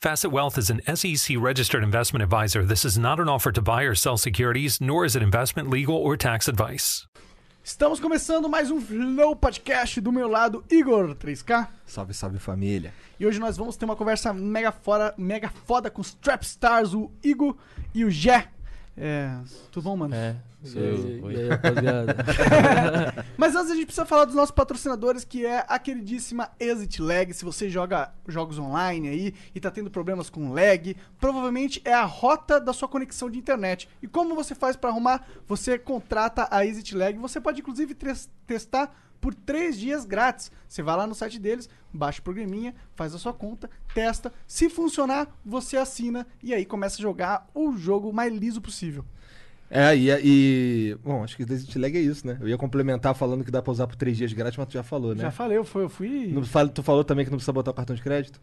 Facet Wealth is an SEC registered investment advisor. This is not an offer to buy or sell securities, nor is it investment, legal, or tax advice. Estamos começando mais um Flow Podcast do meu lado, Igor 3K. Salve, salve família. E hoje nós vamos ter uma conversa mega, fora, mega foda com os Trap Stars, o Igor e o Jé. É, tudo bom, mano? É, Sou e aí, eu, e oi. aí, rapaziada. Mas antes a gente precisa falar dos nossos patrocinadores, que é a queridíssima Exit Lag. Se você joga jogos online aí e tá tendo problemas com lag, provavelmente é a rota da sua conexão de internet. E como você faz pra arrumar? Você contrata a Exit Lag. Você pode inclusive tres- testar por três dias grátis. Você vai lá no site deles, baixa o programinha, faz a sua conta, testa. Se funcionar, você assina e aí começa a jogar o jogo mais liso possível. É, e, e- Bom, acho que Desert Lag é isso, né? Eu ia complementar falando que dá pra usar por três dias grátis, mas tu já falou, né? Já falei, eu fui. Eu, fui... Não fala- tu falou também que não precisa botar o cartão de crédito?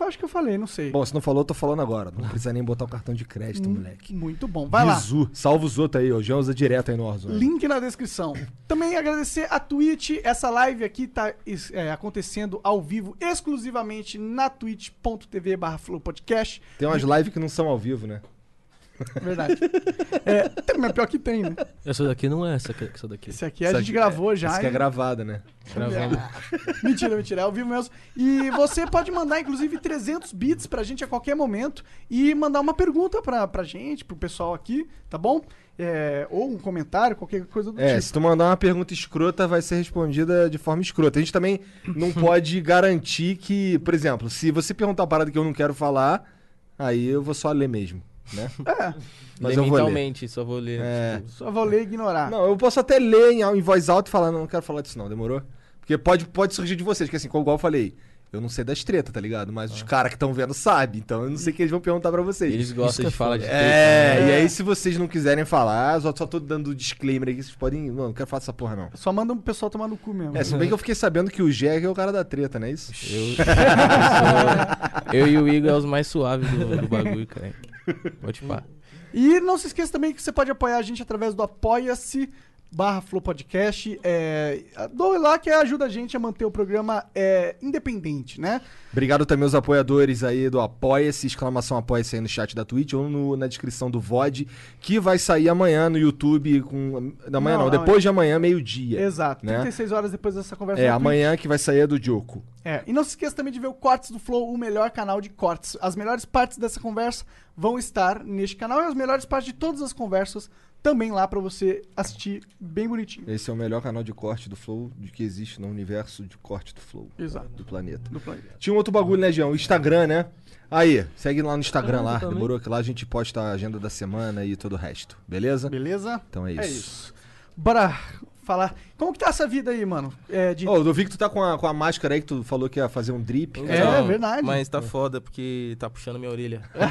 eu acho que eu falei, não sei. Bom, se não falou, eu tô falando agora. Não precisa nem botar o cartão de crédito, moleque. Muito bom. Hum. Vai lá. Bizu. Salva os outros aí, ó. O Jean usa direto aí no Warzone. Link na descrição. Também agradecer a Twitch. Essa live aqui tá es- é, acontecendo ao vivo exclusivamente na twitch.tv barra Flow Podcast. Tem umas lives que não são ao vivo, né? Verdade. é, tem- mas pior que tem, né? Essa daqui não é essa, que- essa daqui. Esse aqui a Isso gente aqui- gravou já. Isso que é hein? gravada, né? Gravamos. Mentira, mentira, é ao vivo mesmo. E você pode mandar, inclusive, 300 bits pra gente a qualquer momento e mandar uma pergunta pra, pra gente, pro pessoal aqui, tá bom? É, ou um comentário, qualquer coisa do É, tipo. se tu mandar uma pergunta escrota, vai ser respondida de forma escrota. A gente também não pode garantir que, por exemplo, se você perguntar uma parada que eu não quero falar, aí eu vou só ler mesmo, né? Mas Lê eu vou ler. mentalmente, só vou ler. É. tipo, Só vou ler e ignorar. Não, eu posso até ler em, em voz alta e falar, não, não quero falar disso não, demorou? Porque pode, pode surgir de vocês, que assim, como igual eu falei, eu não sei das tretas, tá ligado? Mas os caras que estão vendo sabem, então eu não sei o que eles vão perguntar pra vocês. Eles gostam Isso de falar de é, treta, é, né? e aí se vocês não quiserem falar, só, só tô dando disclaimer aqui, vocês podem, mano, não quero falar dessa porra não. Só manda o pessoal tomar no cu mesmo. É, se bem que eu fiquei sabendo que o Jeg é o cara da treta, não é isso? Eu, eu sou- eu e o Igor é os mais suaves do, do bagulho, cara. Pode pá. E não se esqueça também que você pode apoiar a gente através do apoia-se barra Flow Podcast. É, doe lá que ajuda a gente a manter o programa é, independente, né? Obrigado também aos apoiadores aí do Apoia-se, exclamação Apoia-se aí no chat da Twitch ou no- na descrição do VOD, que vai sair amanhã no YouTube, com, na manhã Não, não, não, depois de amanhã, meio-dia. Exato. né? 36 horas depois dessa conversa. É, no Twitter. amanhã que vai sair é do Dioco. É, e não se esqueça também de ver o Cortes do Flow, o melhor canal de cortes. As melhores partes dessa conversa vão estar neste canal e as melhores partes de todas as conversas também lá pra você assistir bem bonitinho. Esse é o melhor canal de corte do Flow de que existe no universo de corte do Flow. Exato. Do planeta. Do planeta. Tinha um outro bagulho, né, Jean? O Instagram, né? Aí, segue lá no Instagram Ah, lá, também. demorou que lá a gente posta a agenda da semana e todo o resto, beleza? Beleza? Então é isso. É isso. Bora falar. Como que tá essa vida aí, mano? É, de Ô, eu vi que tu tá com a, com a máscara aí que tu falou que ia fazer um drip. É, Não, verdade. Mas tá foda porque tá puxando minha orelha. Aí, tá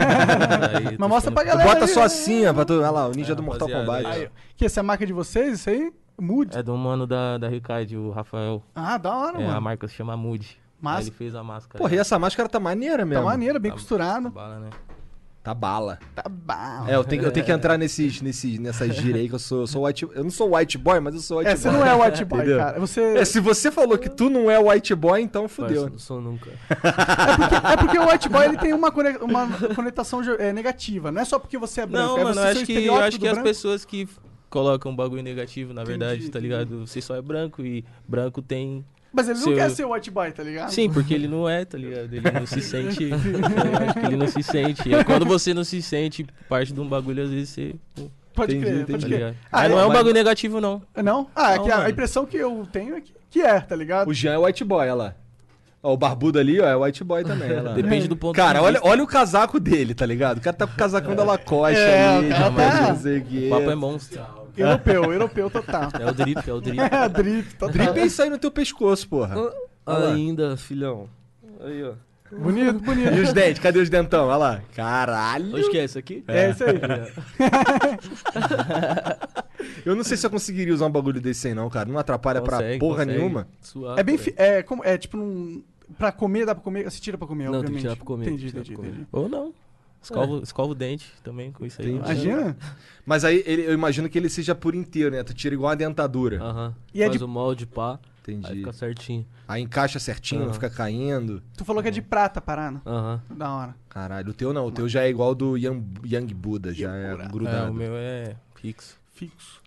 tô Mas mostra ficando- pra Tu galera. bota aí, só né? assim, ó, pra tu, olha lá, o ninja É, do Mortal rapaziada, Kombat. aí, Aí, que essa é a marca de vocês, isso aí? Mude. É do mano da, da Ricard, o Rafael. Ah, da hora, É, a mano. marca se chama Mood. Massa. Aí Ele fez a máscara. Porra, e essa máscara tá maneira Tá mesmo. maneiro, bem Tá- costurado. Bala, né? Tá bala. Tá bom. É, eu tenho, que- eu tenho que entrar nesses, nesses, nessas gírias aí que eu sou, eu sou white. Eu não sou white boy, mas eu sou white É, boy. você não é white boy, Entendeu? cara. Você... É, se você falou que tu não é white boy, então Parça, fudeu. Não sou nunca. É porque o white boy ele tem uma, cone- uma conotação ge- é, negativa. Não é só porque você é branco. Não, é mano, você eu ser o acho que, eu estereótipo acho do que as branco. pessoas que colocam um bagulho negativo, na verdade, tá entendi. ligado? Você só é branco e branco tem. Mas ele não seu- quer ser white boy, tá ligado? Sim, porque ele não é, tá ligado? Ele não se sente. É, eu acho que ele não se sente. E aí, quando você não se sente parte de um bagulho, às vezes você. pô, Pode Entendi, crer, Tá pode entendi. crer. ligado? Ah, Mas não é, é um mas- bagulho negativo, não. Não? Ah, é Não, que a, a mano. impressão que eu tenho é que, que é, tá ligado? O Jean é white boy, olha lá. Ó, o barbudo ali, ó, é white boy também. olha lá. Ah. É. Depende do ponto Cara, de olha, vista. olha o casaco dele, tá ligado? O cara tá com o casacão da Lacoste É, ali, o cara de tá- não sei o quê. O papo é monstro. Europeu, europeu total. É o drip, é o drip. É, drip, total. Drip é isso aí no teu pescoço, porra. lá. Ainda, filhão. Aí, ó. Bonito, bonito. E os dentes? Cadê os dentão? Olha lá. Caralho. Hoje que é isso aqui? É isso aí. Eu não sei se eu conseguiria usar um bagulho desse aí, não, cara. Não atrapalha é pra Consegue, porra consegue. nenhuma. Suave, É bem. velho. fi- É, como, é tipo um. Pra comer, dá pra comer? Se tira pra comer, Não, tem que obviamente. tirar pra comer. Entendi, tem que entendi, tirar pra comer. entendi. É. Ou não. Escova, escova o dente também com isso aí. Entendi. Imagina? Mas aí ele- eu imagino que ele seja por inteiro, né? Tu tira igual uma dentadura. Aham. E é Faz de- o molde, pá. Ah, Aí Entendi. fica certinho. Aí encaixa certinho, não Aham. fica caindo. Tu falou que é de Uhum. prata a parada. Aham. É, Da hora. Caralho, o teu não. O teu já é igual do Young, Young Buda, já é É, o grudado. meu é fixo. Fixo.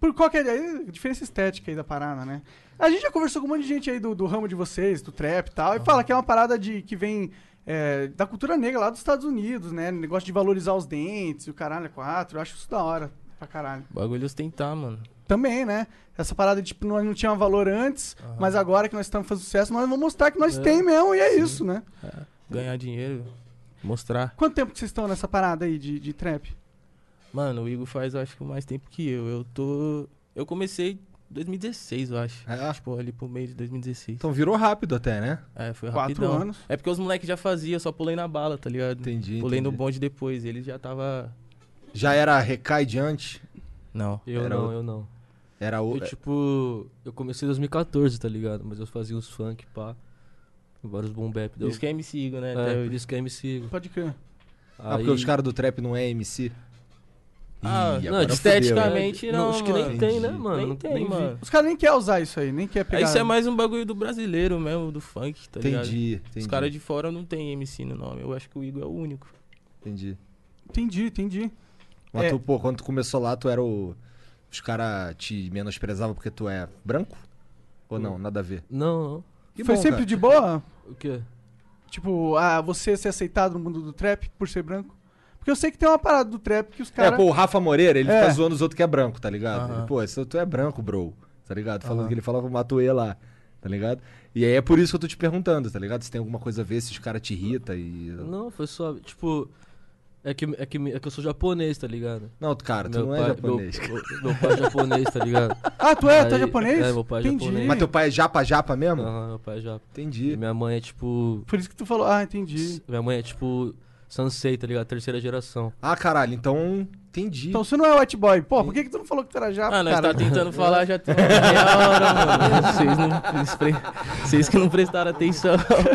Por qual que é aí, a diferença estética aí da parada, né? A gente já conversou com um monte de gente aí do, do ramo de vocês, do trap e tal, e fala que é uma parada de que vem é, da cultura negra lá dos Estados Unidos, né? Negócio de valorizar os dentes, o caralho é quatro. Eu acho isso da hora pra caralho. O bagulho é ostentar, mano. Também, né? Essa parada de, tipo, nós não tinha valor antes, mas agora que nós estamos fazendo sucesso, nós vamos mostrar que nós É, tem mesmo, e é isso, né? Ganhar dinheiro, mostrar. Quanto tempo que vocês estão nessa parada aí de, de trap? Mano, o Igor faz, eu acho que mais tempo que eu. Eu tô. Eu comecei em 2016, eu acho. É? Tipo, ali pro meio de 2016. Então virou rápido até, né? É, foi Quatro rapidão. anos. É porque os moleques já faziam, só pulei na bala, tá ligado? Entendi. Pulei entendi. no bonde depois, ele já tava. Já era recai diante? Não. Eu Era não, outro. é. eu não. Era o. Eu, tipo, eu comecei em 2014, tá ligado? Mas eu fazia uns funk, pá. Vários boom bap. Deu... Isso que é MC Igor, né? Até É, por hoje. isso que é MC. Pode crer. Ah, porque os caras do trap não é MC? Ah, Ih, não, agora esteticamente- fudeu, hein? realmente não, Acho que nem mano. tem, né, Entendi. mano? Nem Não- tem, nem vi. mano. Os caras nem querem usar isso aí, nem quer pegar. Aí Isso é mais um bagulho do brasileiro mesmo, do funk, tá ligado? Entendi, entendi. Os caras é de fora não tem MC no nome. Eu acho que o Igor é o único. Entendi. Entendi, entendi. Mas É. tu, pô, quando tu começou lá, tu era o. Os caras te menosprezavam porque tu é branco? Ou não? Nada a ver. Não, não. Que Foi bom, sempre cara. de boa? O quê? Tipo, ah, você ser aceitado no mundo do trap por ser branco? Porque eu sei que tem uma parada do trap que os É, caras. pô, o Rafa Moreira, ele É. fica zoando os outros que é branco, tá ligado? Aham. Ele, pô, esse tu é branco, bro. Tá ligado? Falando que ele falava Matuê lá, tá ligado? E aí é por isso que eu tô te perguntando, tá ligado? Se tem alguma coisa a ver, se os caras te irritam e. Não, foi só, tipo... É que, é, que, é que eu sou japonês, tá ligado? Não, cara, tu não é pai- japonês. Meu, meu- meu pai é japonês, tá ligado? ah, tu é? Tu é Aí- japonês? é, meu pai é entendi. japonês. Mas teu pai é japa-japa mesmo? Aham, meu pai é japonês. Entendi. Minha mãe é, tipo... Por isso que tu falou, ah, entendi. s- Minha mãe é, tipo, Sansei, tá ligado? Terceira geração. Ah, caralho, então. Entendi. Então você não é white boy. Pô, por que, que tu não falou que tu era japa? Ah, nós cara? tá tentando falar já tem uma meia hora, mano. Vocês, não, vocês pre- vocês que não prestaram atenção.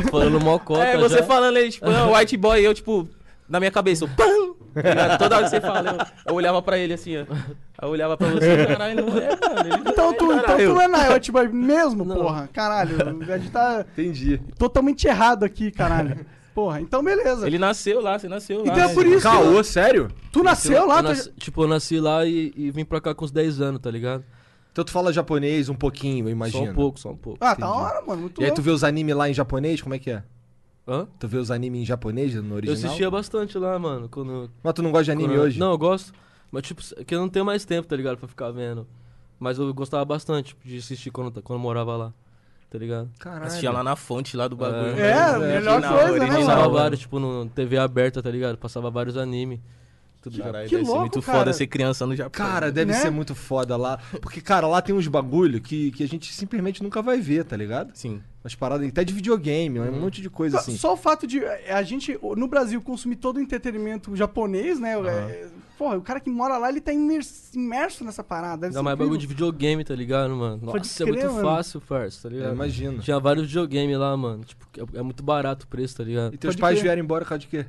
Falando mó cota é, você já. falando aí, tipo, ah, white boy, eu, tipo, na minha cabeça, eu, pam! Tá ligado? Toda hora que você fala, eu, eu olhava pra ele assim, ó. Aí Eu olhava pra você, caralho, não é, mano. Ele não Então é, tu, então caralho. tu não é na white boy mesmo, Não. porra. Caralho, a gente tá Entendi. totalmente errado aqui, caralho. Porra, então beleza. Ele nasceu lá, você nasceu lá. Então é né? por isso. Caô, sério? Tu nasceu tá Eu lá, tu... nasci- Tipo, eu nasci lá e, e vim pra cá com uns 10 anos, tá ligado? Então tu fala japonês um pouquinho, eu imagino. Só um pouco, só um pouco. Ah, tá hora, mano. Muito E aí louco. tu vê os anime lá em japonês, como é que é? Hã? Tu vê os anime em japonês no Eu original? assistia bastante lá, mano. Quando, Mas tu não gosta de anime quando- hoje? Não, eu gosto. Mas, tipo, é que eu não tenho mais tempo, tá ligado? Pra ficar vendo. Mas eu gostava bastante tipo, de assistir quando, quando eu morava lá, tá ligado? Caralho. Assistia lá na fonte lá do bagulho. É, né? a melhor Original, coisa, né, original, mano? Passava mano. vários, tipo, no TV aberta, tá ligado? Passava vários anime. Tudo já. Caralho, Que deve louco, ser muito cara. foda ser criança no Japão. Cara, deve Né? ser muito foda lá. Porque, cara, lá tem uns bagulho que, que a gente simplesmente nunca vai ver, tá ligado? Sim. Umas paradas até de videogame, um monte de coisa Só, assim. só o fato de eh, a gente, o- no Brasil, consumir todo o entretenimento japonês, né? eh, Porra, o cara que mora lá, ele tá imers- imerso nessa parada. Deve Ainda ser é mais bagulho de incrível. videogame, tá ligado, mano? Pode Nossa, é crer, muito mano. fácil, parça, tá ligado? Eu imagino. Tinha vários videogames lá, mano. Tipo, é, é muito barato o preço, tá ligado? E teus Pode pais crer. vieram embora por causa de quê?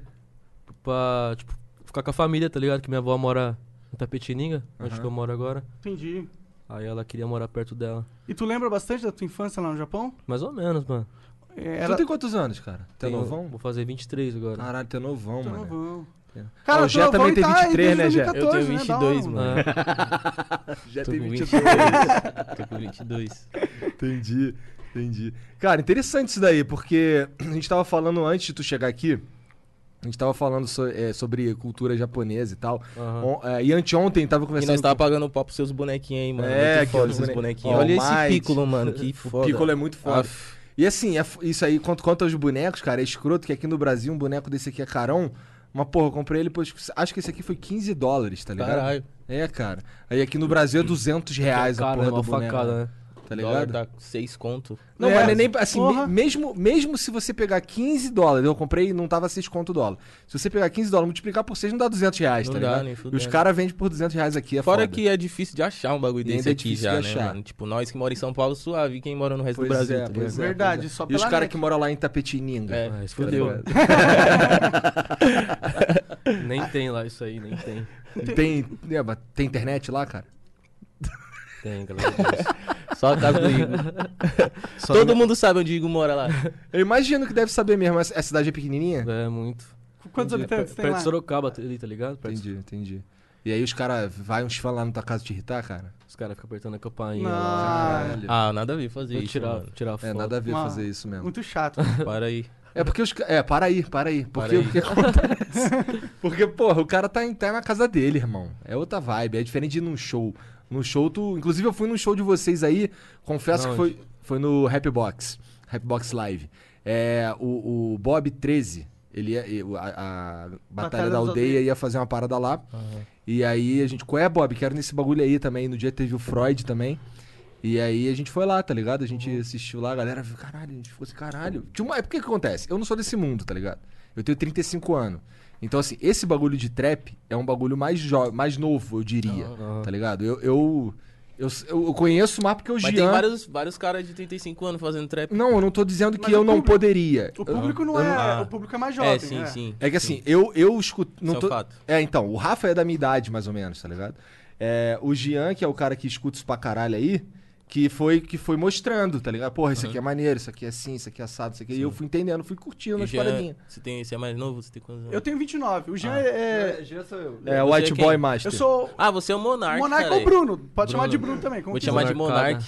Pra, tipo, ficar com a família, tá ligado? Que minha avó mora em Tapetininga, onde Aham. que eu moro agora. Entendi. Aí ela queria morar perto dela. E tu lembra bastante da tua infância lá no Japão? Mais ou menos, mano. Eh, Tu tem quantos anos, cara? Tu é Tenho- Tá novão? Vou fazer 23 agora. Caralho, tu é novão, Tu é mano. novão. Ah, o tu Jé é novão também e tem aí 23, né, desde Jé? 2014, Eu tenho né? Da 22, hora, mano. É, Já Tô com 22. 22. Tô com 22. Entendi, entendi. Cara, interessante isso daí, porque a gente tava falando antes de tu chegar aqui A gente tava falando so- é, sobre cultura japonesa e tal. Aham. On- é, e anteontem tava E conversando. nós tava pagando um pau pros seus bonequinhos aí, mano. É, Muito foda aqueles esses bone- bonequinhos. All Olha Might. esse Piccolo, mano, que com... foda. Piccolo é muito foda. Aff. E assim, é f- isso aí, quanto, quanto aos bonecos, cara, é escroto que aqui no Brasil um boneco desse aqui é carão. Mas, porra, eu comprei ele, pois, acho que esse aqui foi 15 dólares, tá ligado? Caralho. É, cara. Aí aqui no Brasil é 200 reais a Cara, porra é do uma boneco. facada, né? Tá O dólar ligado? tá seis conto. Não, É, mas não é nem assim, me- porra. mesmo, mesmo se você pegar 15 dólares, eu comprei e não tava 6 conto o dólar. Se você pegar 15 dólares, multiplicar por 6 não dá 200 reais, Não tá dá, ligado? nem e os fudendo. caras vendem por 200 reais aqui, é Fora foda. que é difícil de achar um bagulho E ainda desse é aqui difícil já, de né, achar. mano? Tipo, nós que mora em São Paulo, suave. Quem mora no resto Pois do Brasil, é, tá pois ligado? é, Verdade, pois é. só E os pela caras net. que moram lá em Tapetininga. É, Mas tá fudeu. ligado? Nem tem lá isso aí, nem tem. tem, é, mas tem internet lá, cara? Tem, galera. Só tá a casa do Igor. Todo mundo sabe onde o Igor mora lá. Eu imagino que deve saber mesmo, mas a cidade é pequenininha? É muito. Quantos habitantes tem Perto lá? de Sorocaba ali, tá ligado? Perto Entendi, entendi. E aí os caras, vai uns fãs lá na tua casa te irritar, cara? Os caras ficam apertando a campainha. lá. Não, Ah, nada a ver fazer Vou isso, tirar, mano. tirar foto. É, nada a ver Uma- fazer isso mesmo. muito chato. Para aí. É porque os. ca- É, para aí, para aí. Porque aí. o que acontece? porque, porra, o cara tá, em, tá na casa dele, irmão. É outra vibe. É diferente de ir num show. Num show, tu. Inclusive, eu fui num show de vocês aí. Confesso Na que foi, foi no Happy Box. Happy Box Live. É, o, o Bob 13. Ele ia, e- o- a, a Batalha, Batalha da dos Aldeia Aldeias. ia fazer uma parada lá. E aí a gente. Qual é, Bob? Quero nesse bagulho aí também. No dia teve o Freud também. E aí a gente foi lá, tá ligado? A Uhum. gente assistiu lá, a galera viu, caralho, a gente ficou assim, caralho. Tinha uma... É porque que acontece? Eu não sou desse mundo, tá ligado? Eu tenho 35 anos. Então, assim, esse bagulho de trap é um bagulho mais, jo... mais novo, eu diria. Tá ligado? Eu, eu, eu, eu conheço mais porque o Mas Jean. tem vários, vários caras de 35 anos fazendo trap. Não, eu não tô dizendo Mas que o eu não público- poderia. O público não Eu é. Ah. O público é mais jovem. É, sim, né? sim. É que assim, eu, eu escuto. Não Isso é tô... um fato. É, então, o Rafa é da minha idade, mais ou menos, tá ligado? É, o Jean, que é o cara que escuta isso pra caralho aí, que foi, que foi mostrando, tá ligado? Porra, isso aqui é maneiro, isso aqui é assim, isso aqui é assado, isso aqui. E eu fui entendendo, fui curtindo as E Jean, paradinhas. Você, tem, você é mais novo? Você tem quantos anos? Eu tenho 29. O Jean é. É, Você é White quem? Boy Master. Eu sou Ah, você é o Monark, monarca ou caralho. Bruno. Pode chamar de Bruno também. como Vou te quiser. chamar de Monark.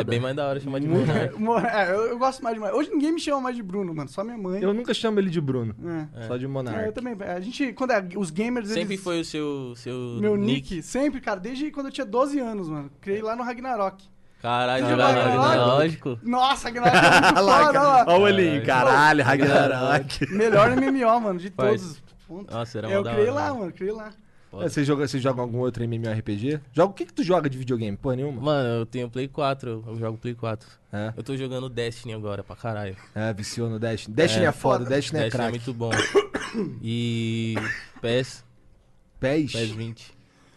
É bem mais da hora chamar de Monark. Mo- É, eu, eu gosto mais de Monark. Hoje ninguém me chama mais de Bruno, mano. Só minha mãe. Eu nunca chamo ele de Bruno, É. só de É, eu Monark. também. A gente, quando é, os gamers. Sempre eles- foi o seu, seu Meu nick. sempre, cara, desde quando eu tinha 12 anos, mano. Criei lá no Ragnarok. Caralho, Você jogar joga Ragnarok? lógico. Nossa, Ragnarok é muito foda, lá. Olha o olhinho, caralho, Ragnarok. Melhor MMO, mano, de Faz. todos. Ponto. Nossa, era eu mó da criei hora, né? lá, mano. mano, criei lá. É, Você joga, você joga algum outro MMORPG? Joga, o que que tu joga de videogame? Porra nenhuma. Mano, eu tenho Play 4, eu jogo Play 4. É, Eu tô jogando Destiny agora, pra caralho. é viciou no Destiny. Destiny é, foda, Destiny é Destiny é craque. muito bom. E PS, Pés? PS 20.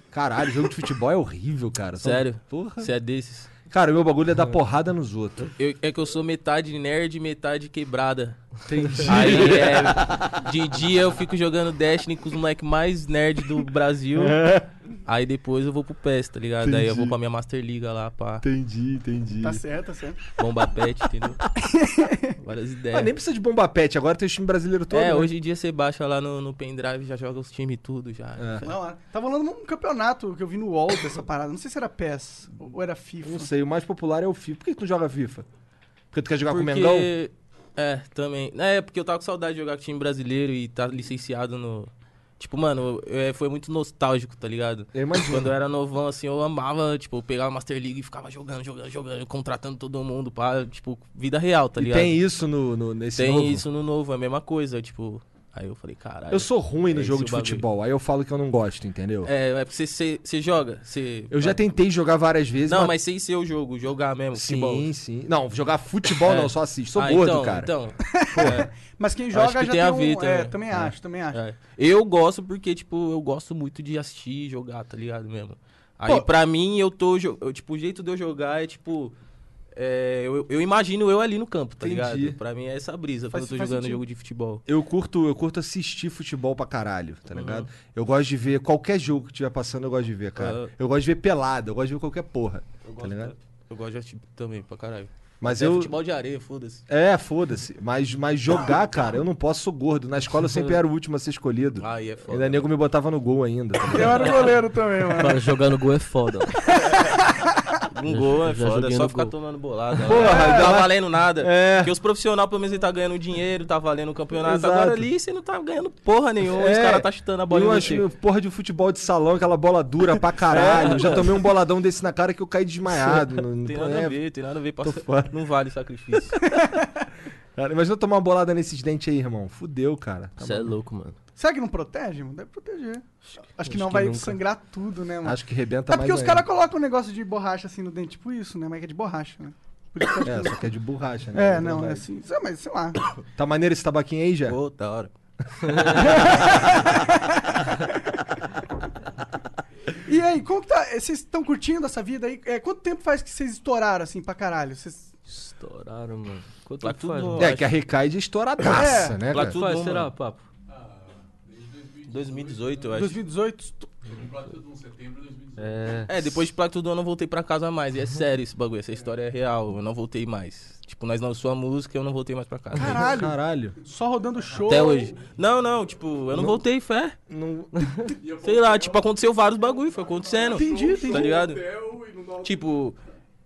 Caralho, jogo de futebol é horrível, cara. Só- Sério? Porra. Você é desses? Cara, o meu bagulho é dar porrada nos outros. Eu- é que eu sou metade nerd e metade quebrada. Entendi. Aí é. De dia eu fico jogando Destiny com os moleques mais nerd do Brasil. Aí depois eu vou pro PES, tá ligado? Aí eu É. Entendi. vou pra minha Master Liga lá, pá. Entendi, entendi. Tá certo, tá certo. Bomba Pet, entendeu? Várias ideias. Mas Ah, nem precisa de bomba pet, agora tem o time brasileiro todo. é, né? hoje em dia você baixa lá no, no pendrive, já joga os times tudo já. É. Não, é. tava rolando um campeonato que eu vi no UOL dessa parada. Não sei se era PES ou era Eu Não FIFA. sei, o mais popular é o FIFA. Por que tu não joga FIFA? Porque tu quer jogar Tá com o Mengão? Porque... É, também. É, porque eu tava com saudade de jogar com time brasileiro e tá licenciado no. Tipo, mano, eu- é, foi muito nostálgico, tá ligado? Eu imagino. Quando eu era novão, assim, eu amava, tipo, eu pegava a Master League e ficava jogando, jogando, jogando, contratando todo mundo pra, tipo, vida real, tá e ligado? tem isso no, no- nesse Tem novo? isso no novo, é a mesma coisa, tipo. Aí eu falei, caralho. Eu sou ruim no É jogo esse de o bagulho. futebol, aí eu falo que eu não gosto, entendeu? É, é porque você- você você joga, você. Eu já tentei jogar várias vezes, Não, mas sem ser o jogo, jogar mesmo, Sim, futebol. sim. Não, jogar futebol É. não, só assisto. Sou Ah, gordo, então, cara. Então, Mas quem Acho joga que já tem tem, a um... ver É, também. também É. acho, também acho. É. Eu gosto porque, tipo, eu gosto muito de assistir e jogar, tá ligado mesmo? Aí, Pô. pra mim, eu tô. jo- eu, tipo, o jeito de eu jogar é tipo. é, eu, eu imagino eu ali no campo, tá Entendi. ligado? Pra mim é essa brisa Faz- quando eu tô faz jogando sentido. jogo de futebol. Eu curto, eu curto assistir futebol pra caralho, tá ligado? Eu gosto de ver qualquer jogo que tiver passando, eu gosto de ver, cara. Ah. Eu gosto de ver pelada, eu gosto de ver qualquer porra, tá gosto ligado? Eu gosto de assistir também, pra caralho. Mas é eu futebol de areia, foda-se. É, foda-se. Mas, mas jogar, cara, eu não posso, sou gordo. Na escola eu sempre era o último a ser escolhido. Aí é ainda foda. nego me um botava no gol ainda. tá ligado? Eu era goleiro também, mano. Cara, jogar no gol é foda. Um gol é já foda, é joguei só no ficar gol. tomando bolada. né? Porra, não ainda tá mais- valendo nada. É. Porque os profissionais, pelo menos, ele tá ganhando dinheiro, tá valendo o campeonato. Exato. Agora ali você não tá ganhando porra nenhuma. Os É. caras tá chutando a E bola em eu você. acho porra de futebol de salão, aquela bola dura pra caralho. Já tomei um boladão desse na cara que eu caí desmaiado. Não, não É. Tem tô- nada é, a ver, tem nada a ver. passa- fora. Não vale sacrifício. cara, imagina eu tomar uma bolada nesses dentes aí, irmão. Fudeu, cara. Tá Você é maluco. louco, mano. Será que não protege, mano? Deve proteger. Acho que não que vai nunca. sangrar tudo, né, mano? Acho que rebenta é mais porque os ainda. caras colocam um negócio de borracha assim no dente, tipo isso, né? Mas que é de borracha, né? Por isso que eu acho É, que- só que é de borracha, né? É, não, é Vai. assim. Sei- Mas sei lá. Tá maneiro esse tabaquinho aí, já? Pô, da hora. E aí, como que tá? Vocês estão curtindo essa vida aí? É, quanto tempo faz que vocês estouraram, assim, pra caralho? Vocês... Estouraram, mano. Quanto Lá tempo tudo- um. faz? mano? um, É, que a recaide é estouradaça, É, né? pra cara? tudo Faz, bom, será, mano. papo? 2018, eu acho. 2018? estu- É. É, depois de Placa do Dono eu não voltei pra casa mais. E é sério esse bagulho, essa história é real. Eu não voltei mais. Tipo, nós lançou a música e eu não voltei mais pra casa. Caralho. Caralho. Só rodando show. Até hoje. Não, não, tipo, eu não, voltei, fé. Sei lá, tipo, aconteceu vários bagulho, foi acontecendo. Entendi, entendi. Tá ligado? Tipo,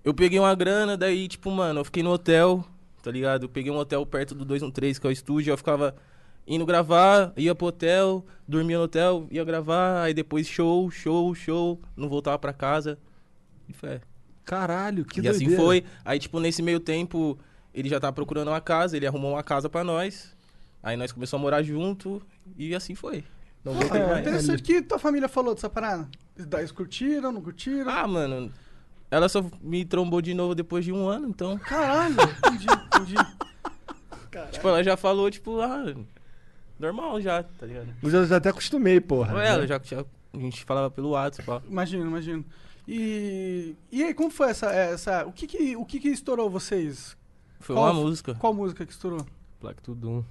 eu peguei uma grana, daí, tipo, mano, eu fiquei no hotel, tá ligado? Eu peguei um hotel perto do 213, que é o estúdio, eu ficava indo gravar, ia pro hotel, dormia no hotel, ia gravar, aí depois show, show, show, não voltava pra casa. E fé Caralho, que e doideira. assim foi. Aí, tipo, nesse meio tempo, ele já tava procurando uma casa, ele arrumou uma casa pra nós. Aí nós começamos a morar junto e assim foi. Não voltei É, mais. interessante que tua família falou dessa parada. Eles curtiram, não curtiram? Ah, mano, ela só me trombou de novo depois de um ano, então. Caralho, entendi, entendi. Tipo, ela já falou, tipo, ah, normal já, tá ligado? Eu já, já até acostumei, porra. Né? Ou ela já tinha. A gente falava pelo WhatsApp, pá. Imagino, imagino. E, e aí, como foi essa. essa o que que, o que que estourou vocês? Foi Qual- uma música. Qual música que estourou? Plaque um. Tudum.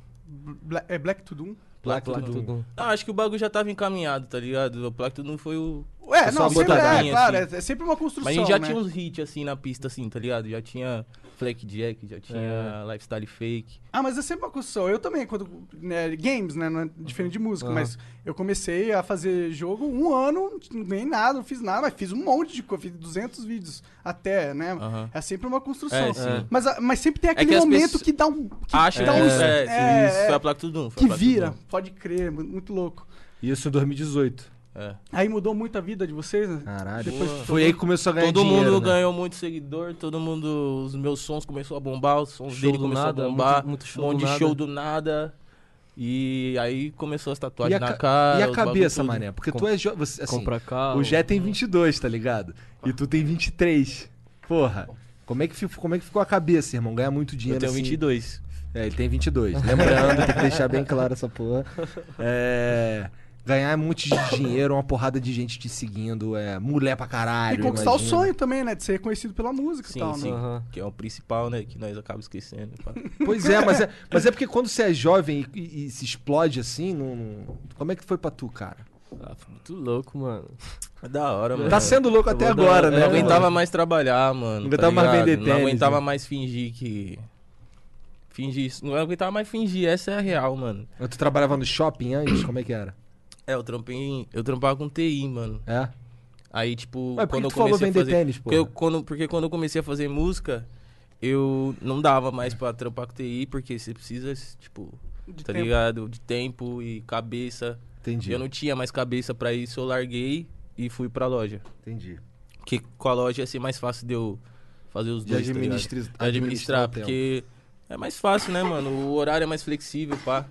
Bla- é Black to Doom? Plaque um. do- Tudum. Ah, acho que o bagulho já tava encaminhado, tá ligado? O Plaque não foi o. Ué, É só não, uma sempre é, botadinha, claro, assim. é, é sempre uma construção. Mas a gente já né? tinha uns hits assim na pista, assim, tá ligado? Já tinha Fleck Jack, já tinha Lifestyle Fake. Ah, mas é sempre uma construção. Eu também, quando. né, games, né? Não é diferente de música, mas eu comecei a fazer jogo um ano, nem nada, não fiz nada, mas fiz um monte de coisa, fiz 200 vídeos até, né? Aham. É sempre uma construção. É, sim. É Mas, a- mas sempre tem que aquele as momento pessoas- que dá um. Que Acho dá Então, que um. é, é, isso é, foi a placa tudo. que vira, pode crer, mu- muito louco. Isso em 2018. É. Aí mudou muito a vida de vocês, né? Caralho. Depois Boa. Foi aí que começou a É, ganhar Todo dinheiro, mundo né? ganhou muito seguidor, todo mundo. Os meus sons começou a bombar, os sons Show dele do começou nada, a bombar. muito- muito show um monte do de nada. show do nada. E aí começou as E tatuagens a, na ca- cara. e a os bagulho cabeça, tudo. mané? Porque tu é jovem. Assim, Comprar carro. o Jé tem 22, tá ligado? E tu tem 23. Porra. Como é que, fi- como é que ficou a cabeça, irmão? Ganhar muito Eu dinheiro tenho assim. 22. É, ele tem 22. Lembrando, tem que deixar bem claro essa porra. É, Ganhar um monte de dinheiro, uma porrada de gente te seguindo, é, mulher pra E caralho. conquistar o imagina. sonho também, né? De ser reconhecido pela música Sim, e tal, sim. né? Aham. Que é o principal, né? Que nós acabamos esquecendo. pá. Pois é, mas é, mas é porque quando você é jovem e, e- e se explode assim, não, não- como é que foi pra tu, cara? Ah, foi muito louco, mano. É da hora, mano. Tá sendo louco até vou dar- um- agora, eu né? Não mano? aguentava mais trabalhar, mano. Não tá aguentava mais ligado? vender Não tênis, aguentava né? mais fingir que. Fingir isso. Não aguentava mais fingir, essa é a real, mano. Mas Tu trabalhava no shopping antes? Como é que era? É, eu trampei. em- Eu trampava com TI, mano. É? Aí, tipo, Ué, por que quando que eu tu falou comecei a vender fazer. tênis, porque, eu, porra? quando, porque quando eu comecei a fazer música, eu não dava mais pra trampar com TI, porque você precisa, tipo, De tá tempo. ligado? De tempo e cabeça. Entendi. Eu não tinha mais cabeça pra isso, eu larguei e fui pra loja. Entendi. Porque com a loja ia ser mais fácil de eu fazer os De dois. tá ligado? administri- De administrar o administrar, porque é mais fácil, né, mano? O horário é mais flexível, pá.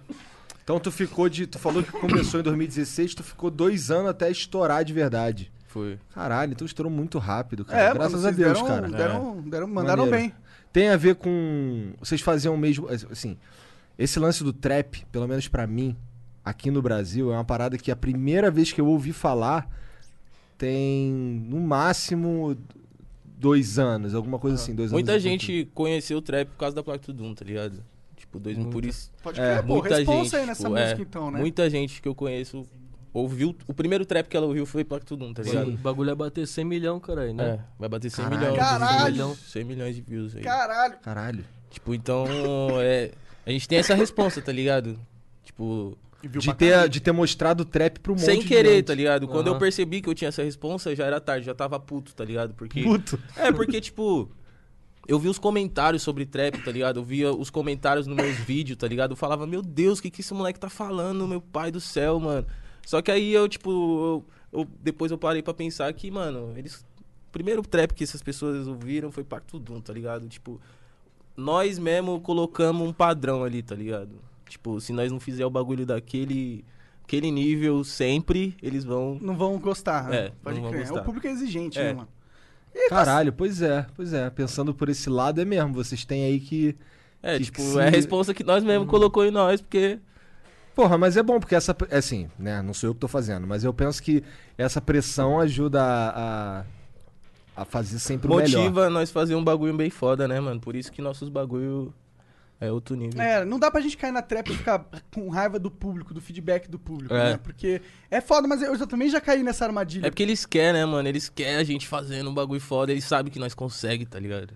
Então tu ficou de. Tu falou que começou em 2016, tu ficou dois anos até estourar de verdade. Foi. Caralho, então estourou muito rápido, cara. É, Graças mano, a vocês Deus, deram, cara. É. Deram, deram, mandaram bem. Maneiro. Tem a ver com. Vocês faziam mesmo. Assim, esse lance do trap, pelo menos pra mim, aqui no Brasil, é uma parada que a primeira vez que eu ouvi falar tem no máximo dois anos, alguma coisa assim, dois Muita anos. e pouquinho. gente conheceu o trap por causa da Placa Tudum, tá ligado? Tipo, dois mil por isso. Pode crer, pô, muita responsa gente. aí nessa tipo, música é, então, né? Muita gente que eu conheço ouviu. O primeiro trap que ela ouviu foi Placa Tudum, tá ligado? O bagulho é bater 100 milhão, caralho, né? É, vai bater 100 Caralho. milhões. Caralho. 100 milhões, 100 milhões de views aí. Caralho. Caralho. Tipo, então, é, a gente tem essa resposta, tá ligado? Tipo, Viu De pra ter, caralho. de ter mostrado o trap pro mundo. Sem querer, tá ligado? Quando eu Aham. percebi que eu tinha essa responsa, já era tarde, já tava puto, tá ligado? Porque. Puto. É, porque, tipo, eu vi os comentários sobre trap, tá ligado? Eu via os comentários nos meus vídeos, tá ligado? Eu falava, meu Deus, o que, que esse moleque tá falando, meu pai do céu, mano. Só que aí eu, tipo, eu- eu- depois eu parei pra pensar que, mano, eles. O primeiro trap que essas pessoas ouviram foi Partudum, tá ligado? Tipo, nós mesmo colocamos um padrão ali, tá ligado? Tipo, se nós não fizer o bagulho daquele aquele nível sempre, eles vão. Não vão gostar, né? É, Pode não vão crer. gostar. O público é exigente, É. né, mano? Caralho, pois é, pois é. Pensando por esse lado é mesmo. Vocês têm aí que. É, Que tipo, que se- é a responsa que nós mesmo colocou em nós, porque Porra, mas é bom, porque essa. é Assim, né? Não sou eu que tô fazendo, mas eu penso que essa pressão ajuda a. a, a fazer sempre o melhor. motiva nós fazer um bagulho bem foda, né, mano? Por isso que nossos bagulho é outro nível. É, não dá pra gente cair na trap e ficar com raiva do público, do feedback do público, É. né? Porque é foda, mas eu já- também já caí nessa armadilha. É porque eles querem, né, mano? Eles querem a gente fazendo um bagulho foda, eles sabem que nós conseguimos, tá ligado? Tipo,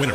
winner.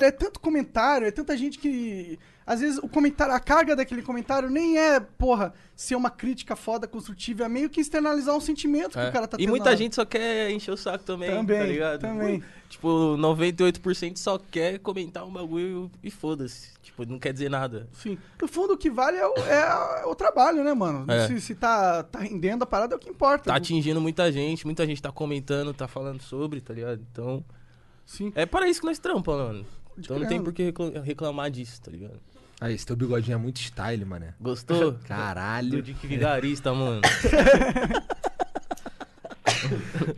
é tanto comentário, é tanta gente que. Às vezes o comentário, a carga daquele comentário nem é, porra, ser uma crítica foda, construtiva, é meio que externalizar um sentimento que o cara tá É. e tendo muita na- gente só quer encher o saco também, tá Também, ligado? também. Tipo, 98% só quer comentar um bagulho e foda-se. Tipo, não quer dizer nada. Sim. No fundo, o que vale é o, é o trabalho, né, mano? É. Se, se tá, tá rendendo a parada é o que importa. Tá atingindo muita gente, muita gente tá comentando, tá falando sobre, tá ligado? Então, Sim. é para isso que nós trampamos, mano. Então não crer, tem por que recla- reclamar disso, tá ligado? Aí, esse teu bigodinho é muito style, mané. Gostou? Do Caralho. Dick Vigarista, mano.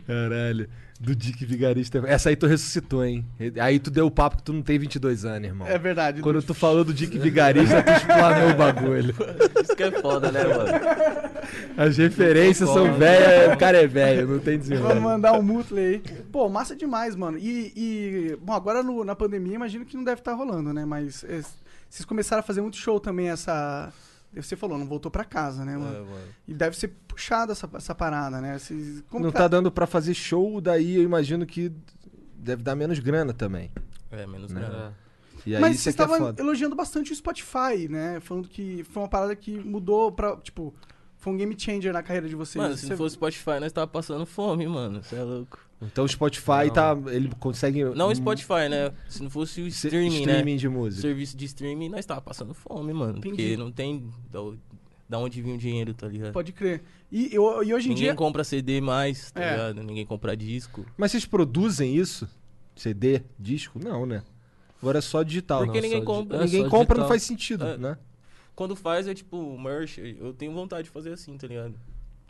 Caralho. Do Dick Vigarista. Essa aí tu ressuscitou, hein? Aí tu deu o papo que tu não tem 22 anos, irmão. É verdade. Quando tu falou do Dick Vigarista, tu explanou o bagulho. Isso que é foda, né, mano? As referências são velhas, o cara é velho, não tem Vamos desenrolo. mandar um Mutley aí. Pô, massa demais, mano. E, e, bom, agora no- na pandemia, imagino que não deve estar rolando, né? Mas é, vocês começaram a fazer muito show também essa. Você falou, não voltou pra casa, né, É, mano? E deve ser puxado essa, essa parada, né? Vocês, como Não que tá dando pra fazer show, daí eu imagino que deve dar menos grana também. É, menos Né? grana. E aí Mas isso vocês aqui é estavam foda. elogiando bastante o Spotify, né? Falando que foi uma parada que mudou pra. Tipo, foi um game changer na carreira de vocês. Mano, se não Você- fosse Spotify, nós tava passando fome, mano. Você é louco. Então o Spotify tá. Ele consegue. Não o um Spotify, né? Se não fosse o se- streaming, streaming né? de música. Serviço de streaming, nós tava passando fome, mano. Entendi. Porque não tem da, o- da onde vir o dinheiro, tá ligado? Pode crer. E, eu- e hoje em Ninguém dia. compra CD mais, tá É. ligado? Ninguém compra disco. Mas vocês produzem isso? CD, disco? Não, né? Agora é só digital. Porque Não, ninguém só compra. di- é, Ninguém só compra, não digital. faz sentido, É. né? Quando faz, é tipo merch. Eu tenho vontade de fazer assim, tá ligado?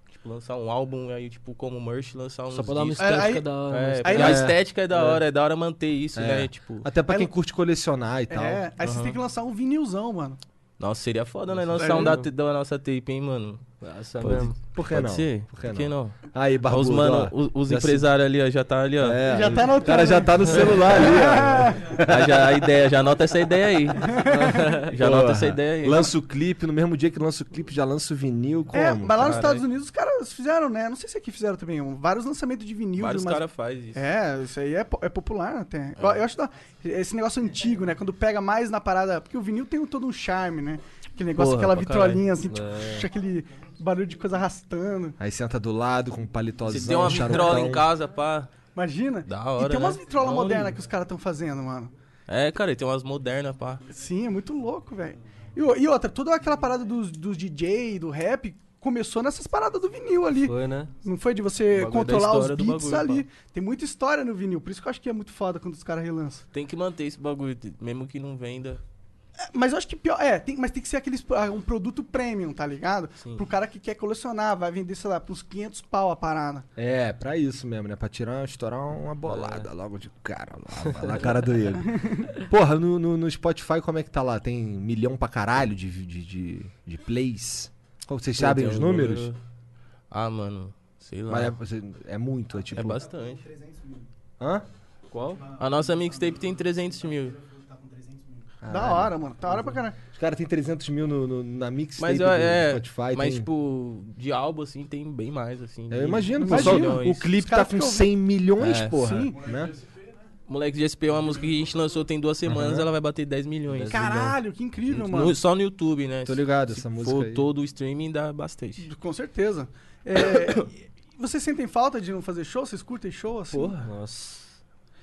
Tipo, lançar um álbum aí, tipo, como merch, lançar uns Só pra dar uma discos. estética aí- da hora. né? É, mas- porque lá- a estética é da hora, é da hora manter isso, É. né? Tipo, Até pra Aí quem não- curte colecionar e tal. É, aí vocês têm que lançar um vinilzão, mano. nossa, seria foda, né? Nossa, Lançar um da, sério? da nossa tape, hein, mano? Essa Pode- mesmo. Por que Pode não? ser? Por que não? não? Aí, Ó, barbudo, Os ó. mano, os, os Já se- empresários ali, ó, já tá ali, ó. É, Já tá o cara anotando, já né? tá no celular ali, ó. Aí já- a ideia, já anota essa ideia aí. já anota Porra. essa ideia aí. Lança o clipe, no mesmo dia que lança o clipe, já lança o vinil. Como? é, mas lá nos Estados Unidos os caras fizeram, né? Não sei se aqui fizeram também. um- Vários lançamentos de vinil. Vários de umas- caras fazem isso. É, isso aí é, po- é popular até. Eu, eu acho da- esse negócio antigo, né? Quando pega mais na parada. Porque o vinil tem um- todo um charme, né? Aquele negócio, Porra, aquela pra vitrolinha, assim, caralho. É. tipo, aquele barulho de coisa arrastando. Aí senta do lado com um palitozão, Se tem uma vitrola em charutão. casa, pá. Imagina. Da e hora, tem umas né? vitrolas Da hora. modernas que os caras estão fazendo, mano. É, cara, e tem umas modernas, pá. Sim, é muito louco, velho. E, o- e outra, toda aquela parada dos, dos DJ, do rap, começou nessas paradas do vinil ali. Foi, né? Não foi de você O bagulho controlar da os história do beats bagulho, ali. Tem muita história no vinil, por isso que eu acho que é muito foda quando os caras relançam. Tem que manter esse bagulho, mesmo que não venda. É, Mas eu acho que pior. É, tem, mas tem que ser aqueles, ah, um produto premium, tá ligado? Sim. Pro cara que quer colecionar, vai vender, sei lá, por uns 500 pau a parada. É, pra isso mesmo, né? Pra tirar, estourar uma É. bolada logo de cara, lá, na cara do Igor. Porra, no, no, no Spotify como é que tá lá? Tem milhão pra caralho de, de, de, de plays? Como vocês sabem Tem os um números? número- Ah, mano, sei lá. Mas é, você- é muito, é tipo... É bastante. Hã? Qual? A nossa mixtape tem 300 mil. Da hora, mano. Da hora pra caralho. Os caras têm 300 mil no, no- na mixtape Mas do eu- é. né? Spotify. mas, tem- tipo, de álbum, assim, tem bem mais, assim. Eu de- imagino, milhões. pessoal, o clipe Os tá caras com ficam- 100 milhões, É, porra. sim. Né? Moleque de SP é uma música que a gente lançou tem duas semanas, ela vai bater 10 milhões. Caralho, que incrível, No- mano. só no YouTube, né? Tô ligado, Se essa for música aí. todo o streaming, dá bastante. Com certeza. É, vocês sentem falta de não fazer show? Vocês curtem show assim? Nossa.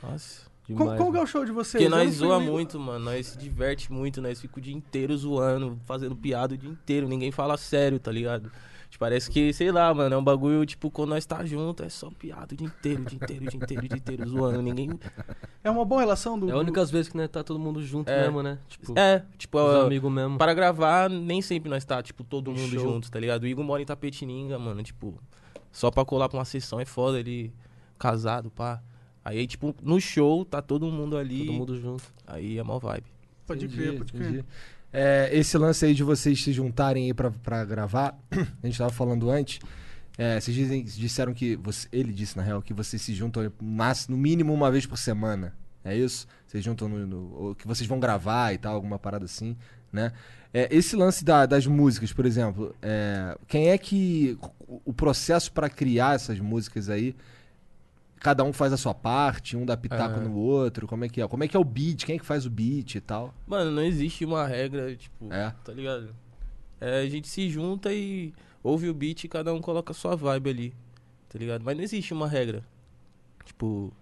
Nossa. Demais. Como, como que é mano. o show de vocês? Porque Eu não nós fui zoa nem- muito, mano. Nós se diverte muito, nós fica o dia inteiro zoando, fazendo piada o dia inteiro. Ninguém fala sério, tá ligado? Tipo, Parece que, sei lá, mano, é um bagulho, tipo, quando nós tá junto, é só piada o dia inteiro, o dia inteiro, o dia inteiro, o dia inteiro, zoando. Ninguém. Tipo, É uma boa relação do. É a única vez que né, tá todo mundo junto É. mesmo, né? Tipo, É, tipo, os ó, amigos mesmo. para gravar, nem sempre nós tá, tipo, todo Um mundo show. junto, tá ligado? O Igor mora em Tapetininga, mano, tipo, só pra colar pra uma sessão é foda, ele casado, pá. Aí, tipo, no show tá todo mundo ali. Todo mundo junto. Aí é mó vibe. Pode Entendi, crer, pode crer. entendi. É, esse lance aí de vocês se juntarem aí pra, pra gravar, a gente tava falando antes. é, vocês dizem- disseram que. você- ele disse, na real, que vocês se juntam no máximo- no mínimo uma vez por semana. É isso? Vocês juntam no. no- ou que vocês vão gravar e tal, alguma parada assim, né? É, esse lance da- das músicas, por exemplo, é, quem é que. o- O processo pra criar essas músicas aí. Cada um faz a sua parte, um dá pitaco no outro, como é que é? Como é que é o beat? Quem é que faz o beat e tal? Mano, não existe uma regra, tipo, É. tá ligado? É, a gente se junta e ouve o beat e cada um coloca a sua vibe ali, tá ligado? Mas não existe uma regra. Tipo,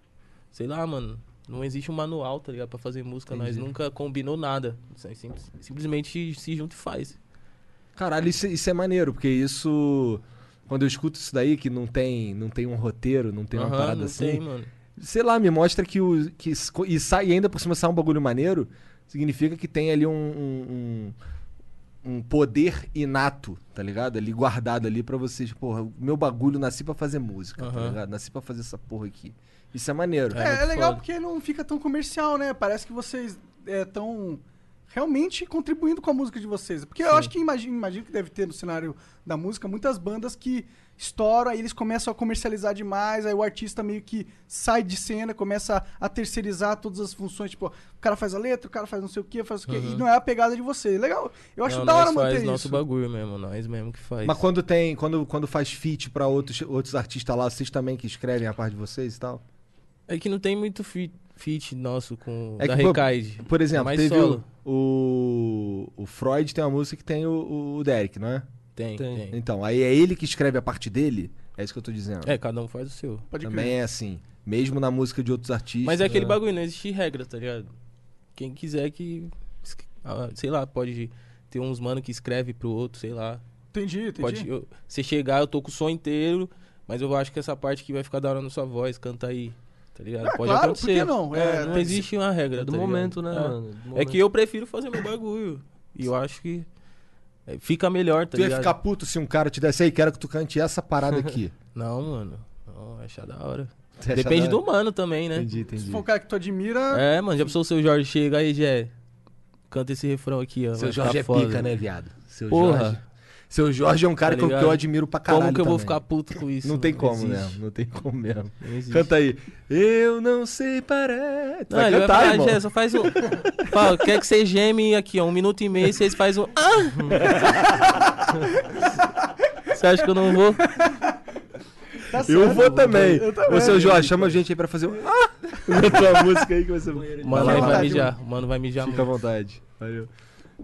sei lá, mano, não existe um manual, tá ligado? Pra fazer música, nós Entendi. nunca combinou nada. Sim- sim- simplesmente se junta e faz. Caralho, isso, isso é maneiro, porque isso. Quando eu escuto isso daí, que não tem, não tem um roteiro, não tem uma Aham, parada não assim. tem, mano. Sei lá, me mostra que o. Que, s- co- e sai e ainda por cima sai um bagulho maneiro, significa que tem ali um. um, um- um poder inato, tá ligado? Ali guardado ali pra vocês. Porra, o meu bagulho nasci pra fazer música, tá Aham. ligado? Nasci pra fazer essa porra aqui. Isso é maneiro. É, É, é muito legal foda. porque não fica tão comercial, né? Parece que vocês estão realmente contribuindo com a música de vocês. Porque eu acho que imagino, imagino que deve ter no cenário da música muitas bandas que estouram, aí eles começam a comercializar demais, aí o artista meio que sai de cena, começa a terceirizar todas as funções. Tipo, ó, o cara faz a letra, o cara faz não sei o que, faz o quê. E não é a pegada de vocês. Legal. Eu acho não, da hora nós manter faz isso. nosso bagulho mesmo, nós mesmo que faz. Mas quando tem. Quando, quando faz feat pra outros, outros artistas lá, vocês também que escrevem a parte de vocês e tal? É que não tem muito fit, fit nosso com É da que, pô, Recaide. Por exemplo, Mais teve solo. o, o. O Freud tem uma música que tem o, o Derek, não é? Tem, Tem. tem, Então, aí é ele que escreve a parte dele? É isso que eu tô dizendo. É, cada um faz o seu. Pode crer. Também é assim. Mesmo na música de outros artistas. Mas é aquele É. bagulho, não existe regra, tá ligado? Quem quiser que. ah, Sei lá, pode ter uns mano que escreve pro outro, sei lá. Entendi, entendi. Pode. eu- você chegar, eu tô com o som inteiro, mas eu acho que essa parte que vai ficar da hora na sua voz, canta aí. Tá ligado? Ah, pode claro, por acontecer. que não? É, É, não tem- existe uma regra. É do tá ligado? momento, né, É. mano? Do É que eu prefiro fazer meu bagulho. E eu acho que é, fica melhor, tá Tu ia ligado? ficar puto se um cara te desse aí, quero que tu cante essa parada aqui. Não, mano. Não, vai achar da hora. Tu ia achar Depende da do hora? mano também, né? Entendi, Se entendi. for um cara que tu admira, É, mano, já pensou o seu Jorge chega aí, Jé? Canta esse refrão aqui, ó. Seu vai Jorge ficar é foda. pica, né, viado? Seu Porra. Jorge. Seu Jorge é um cara Tá que eu- que ligado? eu admiro pra caralho. como que eu vou também. ficar puto com isso? Não tem como, né? né? Não tem como mesmo. Não existe. Canta aí. Eu não sei parar. Tu Não, vai ele cantar, vai falar, irmão. Jé, só faz um. Fala, quer que você geme aqui, ó. Um minuto e meio, vocês fazem um. Ah! Você acha que eu não vou? É. tá certo. Eu vou também. Eu também. Ô, seu Jorge, chama a gente aí pra fazer um. Ah! Na tua música aí que você. Mano, aí vai vontade, mijar. Mano, vai mijar Fica à muito. vontade. Valeu.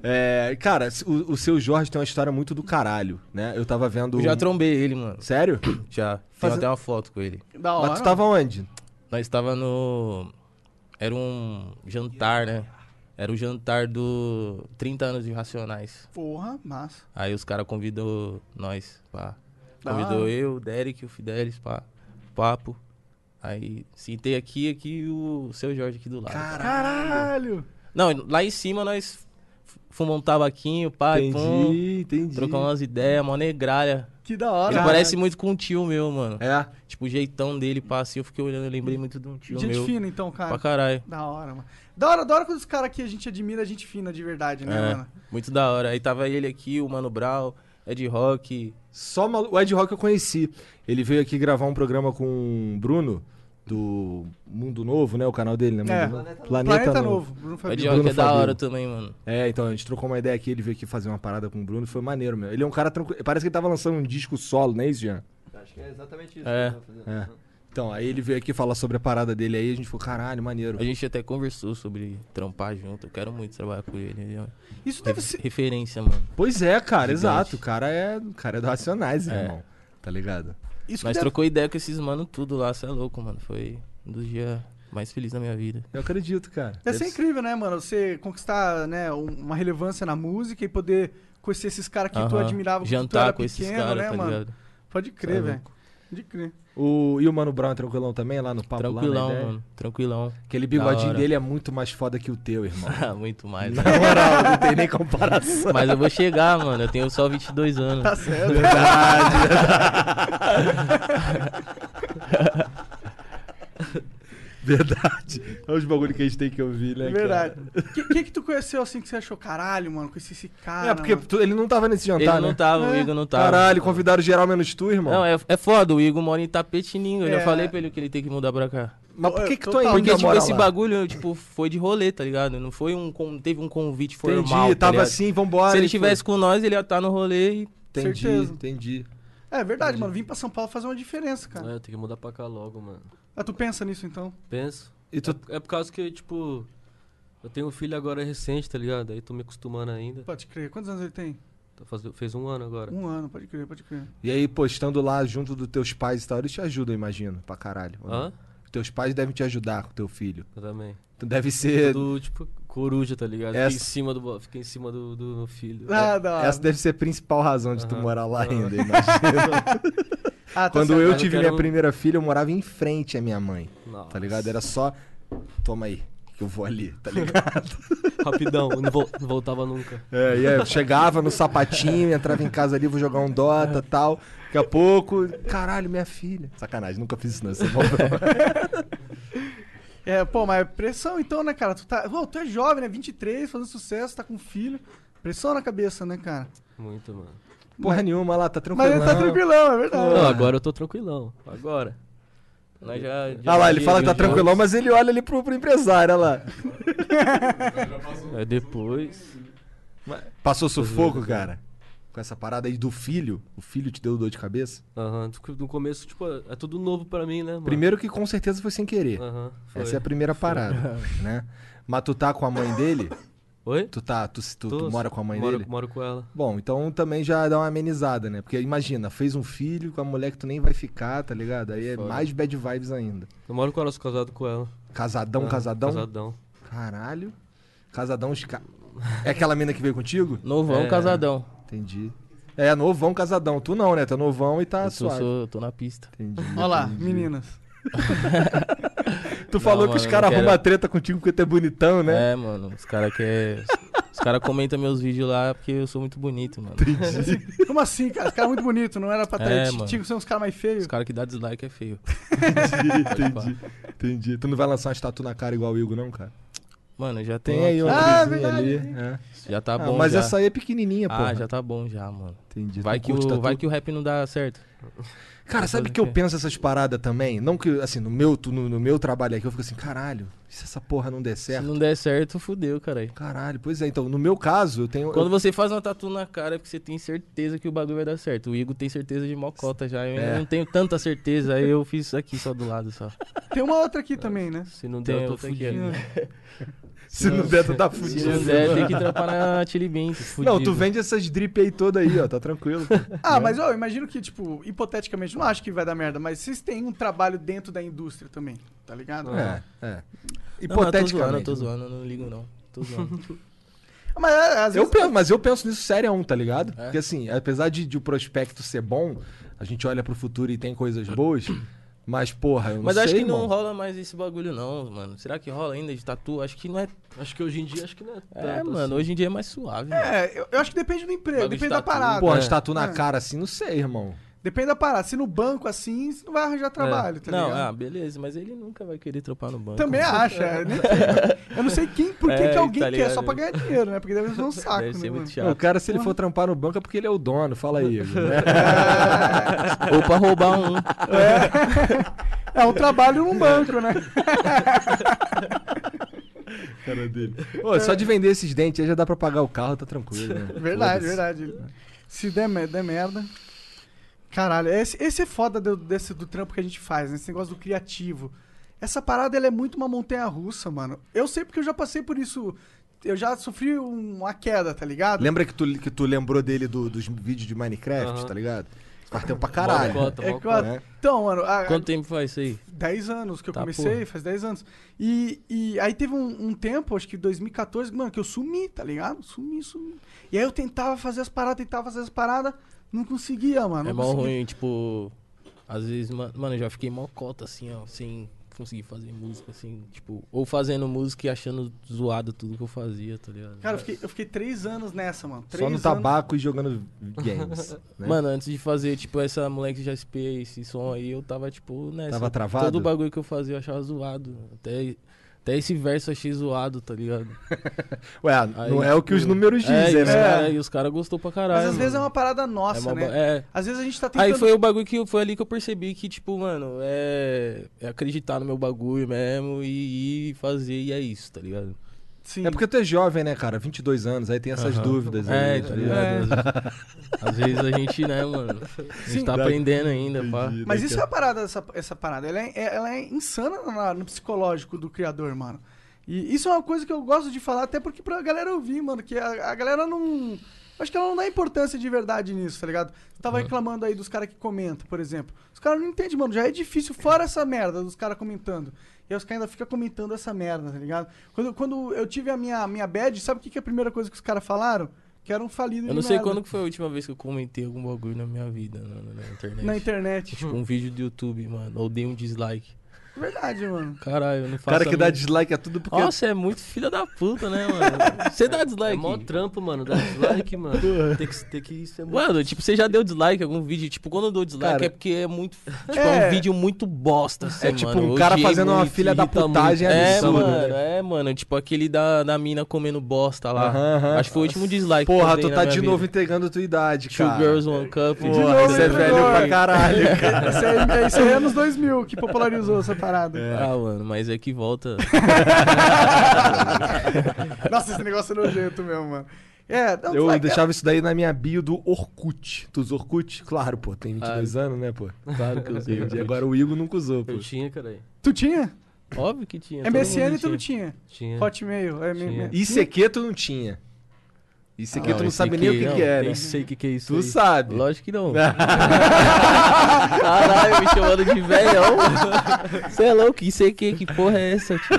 É, cara, o, o seu Jorge tem uma história muito do caralho, né? Eu tava vendo. Eu já trombei ele, mano. Sério? Já. Tem Fazendo- até uma foto com ele. Da hora. tá- Mas tu tava onde? Nós estava no. Era um jantar, né? Era o jantar do 30 anos de Racionais. Porra, massa. Aí os caras convidou nós, pá. Da Convidou hora. eu, o Derek, o Fidelis, pá. Papo. Aí sentei aqui aqui e o seu Jorge aqui do lado. pá. Caralho! Não, lá em cima nós f- fumamos um tabaquinho, pá, e pum, Entendi, entendi. trocamos umas ideias, mó negralha. Que da hora. Ele parece muito com um tio meu, mano. É. Tipo, o jeitão dele, pá, assim, eu fiquei olhando, eu lembrei muito de um tio Gente meu. fina, então, Pra cara. caralho. Da hora, mano. Da hora, da hora quando os caras que a gente admira, a gente fina de verdade, né, É, mano? muito da hora. Aí tava ele aqui, o Mano Brau, Ed Rock. Só malu... o Ed Rock eu conheci. Ele veio aqui gravar um programa com o Bruno do Mundo Novo, né? O canal dele, né? Mundo É. Novo. Planeta, Planeta, Novo, Bruno O Ed Fabio. Adiós. Rock Bruno é da Fabio. hora também, mano. É, então a gente trocou uma ideia aqui, ele veio aqui fazer uma parada com o Bruno, foi maneiro, meu. Ele é um cara tranquilo. Parece que ele tava lançando um disco solo, né, isso, Jean? Acho que é exatamente isso. É. que eu tava fazendo. É. Então, aí ele veio aqui falar sobre a parada dele aí, a gente falou, caralho, maneiro. A gente até conversou sobre trampar junto. Eu quero muito trabalhar com ele. ele é uma Isso deve ser. Referência, mano. Pois é, cara, Gigante. exato. O cara é, o cara é do Racionais, É. irmão. Tá ligado? Isso que Nós deve... trocou ideia com esses mano tudo lá, cê é louco, mano. Foi um dos dias mais felizes da minha vida. Eu acredito, cara. Deve ser incrível, né, mano? Você conquistar né, um- uma relevância na música e poder conhecer esses caras que tu Aham. admirava quando tu Jantar era com esses pequeno, caras, né, tá mano? ligado? Pode Cê crer, é velho. Pode É crer. O, e o Mano Brown é tranquilão também, lá no papo lá, na Tranquilão, ideia? mano. Tranquilão. Aquele Da bigodinho hora. dele é muito mais foda que o teu, irmão. Ah, muito mais. Na moral, não tem nem comparação. Mas eu vou chegar, mano. Eu tenho só 22 anos. Tá certo. Verdade. É os bagulho que a gente tem que ouvir, né? É cara? verdade. Quem que, que tu conheceu assim que você achou? Caralho, mano, conheci esse cara. É, porque mano. tu- ele não tava nesse ele jantar, não né? tava, o É. Igor não tava. Caralho, convidaram geral menos tu, irmão. tá. Não, é, é foda, o Igor mora em Tapetininga. Eu É. já falei pra ele que ele tem que mudar pra cá. Mas por que que tu Total. ainda Porque, tipo, mora esse lá? bagulho, tipo, foi de rolê, tá ligado? Não foi um. con- Teve um convite formal. Entendi, tá tava ligado? assim, vambora. Se ele e foi. estivesse com nós, ele ia estar no rolê e. Entendi, Certeza. entendi. É verdade, mano. Vim pra São Paulo fazer uma diferença, cara. É. Ah, eu tenho que mudar pra cá logo, mano. Ah, tu pensa nisso então? Penso. E tu... É por causa que, tipo, eu tenho um filho agora recente, tá ligado? Aí tô me acostumando ainda. Pode crer. Quantos anos ele tem? Tá fazendo- Fez um ano agora. Um ano, pode crer, pode crer. E aí, pô, estando lá junto dos teus pais e tal, eles te ajudam, imagino, pra caralho. ou não? Hã? Teus pais devem te ajudar com teu filho. Eu também. Tu deve ser... Do, tipo, coruja, tá ligado? Fiquei Essa- em cima do, bo- fiquei em cima do, do meu filho. É. Ah, da hora. Essa deve ser a principal razão de tu Aham. morar lá Aham. ainda, imagina. Ah, tá Quando certo. eu Mas eu tive quero- um minha primeira filha, eu morava em frente à minha mãe, Nossa. tá ligado? Era só... Toma aí, que eu vou ali, tá ligado? Rapidão, eu não, vol- não voltava nunca. É, e aí eu chegava no sapatinho, entrava em casa ali, vou jogar um Dota e tal. Daqui a pouco, caralho, minha filha. Sacanagem, nunca fiz isso, não. Isso é bom. É, pô, mas é pressão então, né, cara? Tu, tá... Pô, tu é jovem, né? 23, fazendo sucesso, tá com filho. Pressão na cabeça, né, cara? Muito, mano. Porra nenhuma lá, tá Mas tranquilo. ele tá tranquilão, é verdade. Não, agora eu tô tranquilão. Agora. Nós já, já Ah lá, ele fala que tá Grande tranquilão, mas ele olha ali pro, pro empresário, olha lá. É depois. Passou sufoco, cara. Com essa parada aí do filho. O filho te deu dor de cabeça. Aham. porque No começo, tipo, é tudo novo pra mim, né, mano? Primeiro que com certeza foi sem querer. Aham. foi. Essa é a primeira parada, né? Mas tu tá com a mãe dele? Oi? Tu tá, tu, tu, tu Tô- mora com a mãe moro, dele? Moro com ela. Bom, então também já dá uma amenizada, né? Porque imagina, fez um filho com a mulher que tu nem vai ficar, tá ligado? Aí é mais bad vibes ainda. Eu moro com ela, sou casado com ela. Casadão, Ah, Um casadão. Casadão. Caralho. Casadão os ca... É aquela mina que veio contigo? Novão, É. casadão. Entendi. É, novão, casadão. Tu não, né? Tu é novão e tá eu tô, suave. sou- tô na pista. Entendi. Olha lá, entendi. meninas. Tu falou mano, que os eu caras não quero- arrumam treta contigo porque tu é bonitão, né? É, mano. Os caras quer. os caras comentam meus vídeos lá porque eu sou muito bonito, mano. Como assim, cara? Os caras muito bonitos, não era pra É, ter. mano. Tinha que ser uns caras mais feios. Os caras que dá dislike é feio. Entendi. Entendi. Tu não vai lançar uma estátua na cara igual o Igor, não, cara? Mano, já Tem tô- aí uma Ah, coisinha verdade. ali. é. Já tá Ah, bom. mas já. essa aí é pequenininha, pô. Ah, já tá bom já, mano. Entendi. Vai Tu que, curte o, tatu? vai que o rap não dá certo. Cara, sabe que eu penso essas paradas também? Não que, assim, no meu, tu- no, no meu trabalho aqui, eu fico assim, caralho, e se essa porra não der Se certo? não der certo, fudeu, caralho. Caralho, pois é, então, no meu caso, eu tenho. Quando eu- você faz uma tatu na cara é porque você tem certeza que o bagulho vai dar certo. O Igor tem certeza de mocota já. Eu É. não tenho tanta certeza. Aí eu fiz aqui só do lado só. Tem uma outra aqui também, né? Se Então não Tem der, eu tô outra aqui, fudido. se não der, tu tá Se fudido. não der, tem que trampar na Chili Beans. Não, tu fudido. vende essas drip aí toda aí, ó, tá tranquilo. Ah, mas eu imagino que, tipo, hipoteticamente, não acho que vai dar merda, mas vocês têm um trabalho dentro da indústria também, tá ligado? é, é. Ah. Não, mas Hipoteticamente. eu tô zoando, eu tô zoando, eu não ligo não. tô usando. Mas é, às Eu vezes. penso, mas eu penso nisso sério, um, tá ligado? É. Porque assim, apesar de, de o prospecto ser bom, a gente olha pro futuro e tem coisas boas, mas porra, eu não Mas sei, acho que irmão. não rola mais esse bagulho, não, mano. Será que rola ainda de tatu? Acho que não é. Acho que hoje em dia, acho que não é tanto. É, mano, assim. hoje em dia é mais suave. mano. É, eu, eu acho que depende do emprego, Bagulho de depende da tatu. parada. Porra, É. de tatu na É. cara assim, não sei, irmão. Depende da parada. Se no banco assim, você não vai arranjar trabalho, tá É. não, ligado? ah, beleza, mas ele nunca vai querer tropar no banco. Também acha. é, nem sei. Eu não sei quem, por que, É, que alguém tá quer ligado? só pra ganhar dinheiro, né? Porque deve ser um saco, né? Deve ser mano? muito Não, o chato. cara, se ele for trampar no banco, é porque ele é o dono. Fala aí. Igor, né? Ou pra roubar um. É um trabalho num banco, né? Ô, só de vender esses dentes aí já dá pra pagar o carro, tá tranquilo. né? Verdade, Foda-se. verdade. Se der, mer- der merda. Caralho, esse, esse é foda do, desse, do trampo que a gente faz, né? Esse negócio do criativo. Essa parada ela é muito uma montanha russa, mano. Eu sei porque eu já passei por isso. Eu já sofri um- uma queda, tá ligado? Lembra que tu, que tu lembrou dele do- dos vídeos de Minecraft, Aham. tá ligado? Faz tempo pra Mó caralho. cota, É mó que cota. eu- né? Então, mano, a- Quanto tempo faz isso aí? 10 anos que eu Tá, comecei, porra. faz 10 anos. E, e aí teve um, um tempo, acho que 2014, mano, que eu sumi, tá ligado? Sumi, sumi. E aí eu tentava fazer as paradas, tentava fazer as paradas, não conseguia, mano. É não mal conseguia. ruim, tipo. Às vezes, ma- mano, eu já fiquei mal cota assim, ó, sem conseguir fazer música, assim, tipo, ou fazendo música e achando zoado tudo que eu fazia, tá ligado? Cara, eu fiquei, eu fiquei três anos nessa, mano. Três Só no anos. tabaco e jogando games. né? Mano, antes de fazer, tipo, essa moleque já SP, esse som aí, eu tava, tipo, nessa. Tava travado? Todo o bagulho que eu fazia eu achava zoado. Até, até esse verso eu achei zoado, tá ligado? Ué, Aí, não é o que os tipo, números É, dizem, e os né? cara- e os caras gostou pra caralho. Mas às vezes é uma parada né, mano. nossa, É uma né? ba- É, Às vezes a gente tá tentando. Aí foi o bagulho que eu- foi ali que eu percebi que, tipo, mano, é, é acreditar no meu bagulho mesmo e, e fazer, e é isso, tá ligado? Sim. É porque tu é jovem, né, cara? 22 anos, aí tem essas dúvidas É, aí, tá tá ligado? ligado? é. Às, vezes, às vezes a gente, né, mano, a gente tá dá- aprendendo ainda, pá. Mas isso é a parada, essa, essa parada. Ela é, é- ela é insana na- no psicológico do criador, mano. E isso é uma coisa que eu gosto de falar, até porque pra galera ouvir, mano, que a, a galera não. Acho que ela não dá importância de verdade nisso, tá ligado? Você Uhum. tava reclamando aí dos caras que comentam, por exemplo. Os caras não entendem, mano. Já é difícil, fora essa merda dos caras comentando. E aí os caras ainda ficam comentando essa merda, tá ligado? Quando, quando eu tive a minha, minha bad, sabe o que, que é a primeira coisa que os caras falaram? Que era um falido Eu de não sei merda quando que foi a última vez que eu comentei algum bagulho na minha vida, na, na- na internet. na internet. Tipo, um vídeo do YouTube, mano, ou dei um dislike. Verdade, mano. Caralho, eu não faço cara que a dá minha- dislike a tudo porque. Nossa, é muito filha da puta, né, mano? Você dá É dislike. mó trampo, mano. Dá dislike, mano. Tem que, tem que ser muito. Mano, tipo, você já deu dislike em algum vídeo? Tipo, quando eu dou dislike Cara, é porque é muito. Tipo, é, é. um vídeo muito bosta, assim, É tipo mano. um cara Odiei fazendo uma muito, filha da irrita putagem muito. É, absurda, né? mano, é, mano. Tipo, aquele da, da mina comendo bosta lá. Aham, aham. Acho que foi o último dislike. que eu Porra, dei tu na tá minha de vida. novo entregando a tua idade, Two cara. Girls One Cup. Porra, novo isso é entregou, velho pra hein? caralho, cara. Isso aí, isso aí é anos 2000 que popularizou essa parada. Ah, mano, mas é que volta. Nossa, esse negócio é nojento mesmo, mano. É, não, Eu like, deixava isso daí na minha bio do Orkut. Tu usa Orkut? Claro, pô, tem 22 anos, né, pô? Claro que eu sei. E agora o Igor nunca usou, pô. Eu tinha, caralho. Tu tinha? Óbvio que tinha. todo MSN mundo tu não tinha. Tinha. Hotmail. É, me- Tinha. me- ICQ tu não tinha. ICQ tu não esse sabe nem o que, que é, né? Nem sei o que, que é isso. Tu aí. sabe. Lógico que não. Caralho, me chamando de velhão. Você é louco, isso aí que, que porra é essa, tio?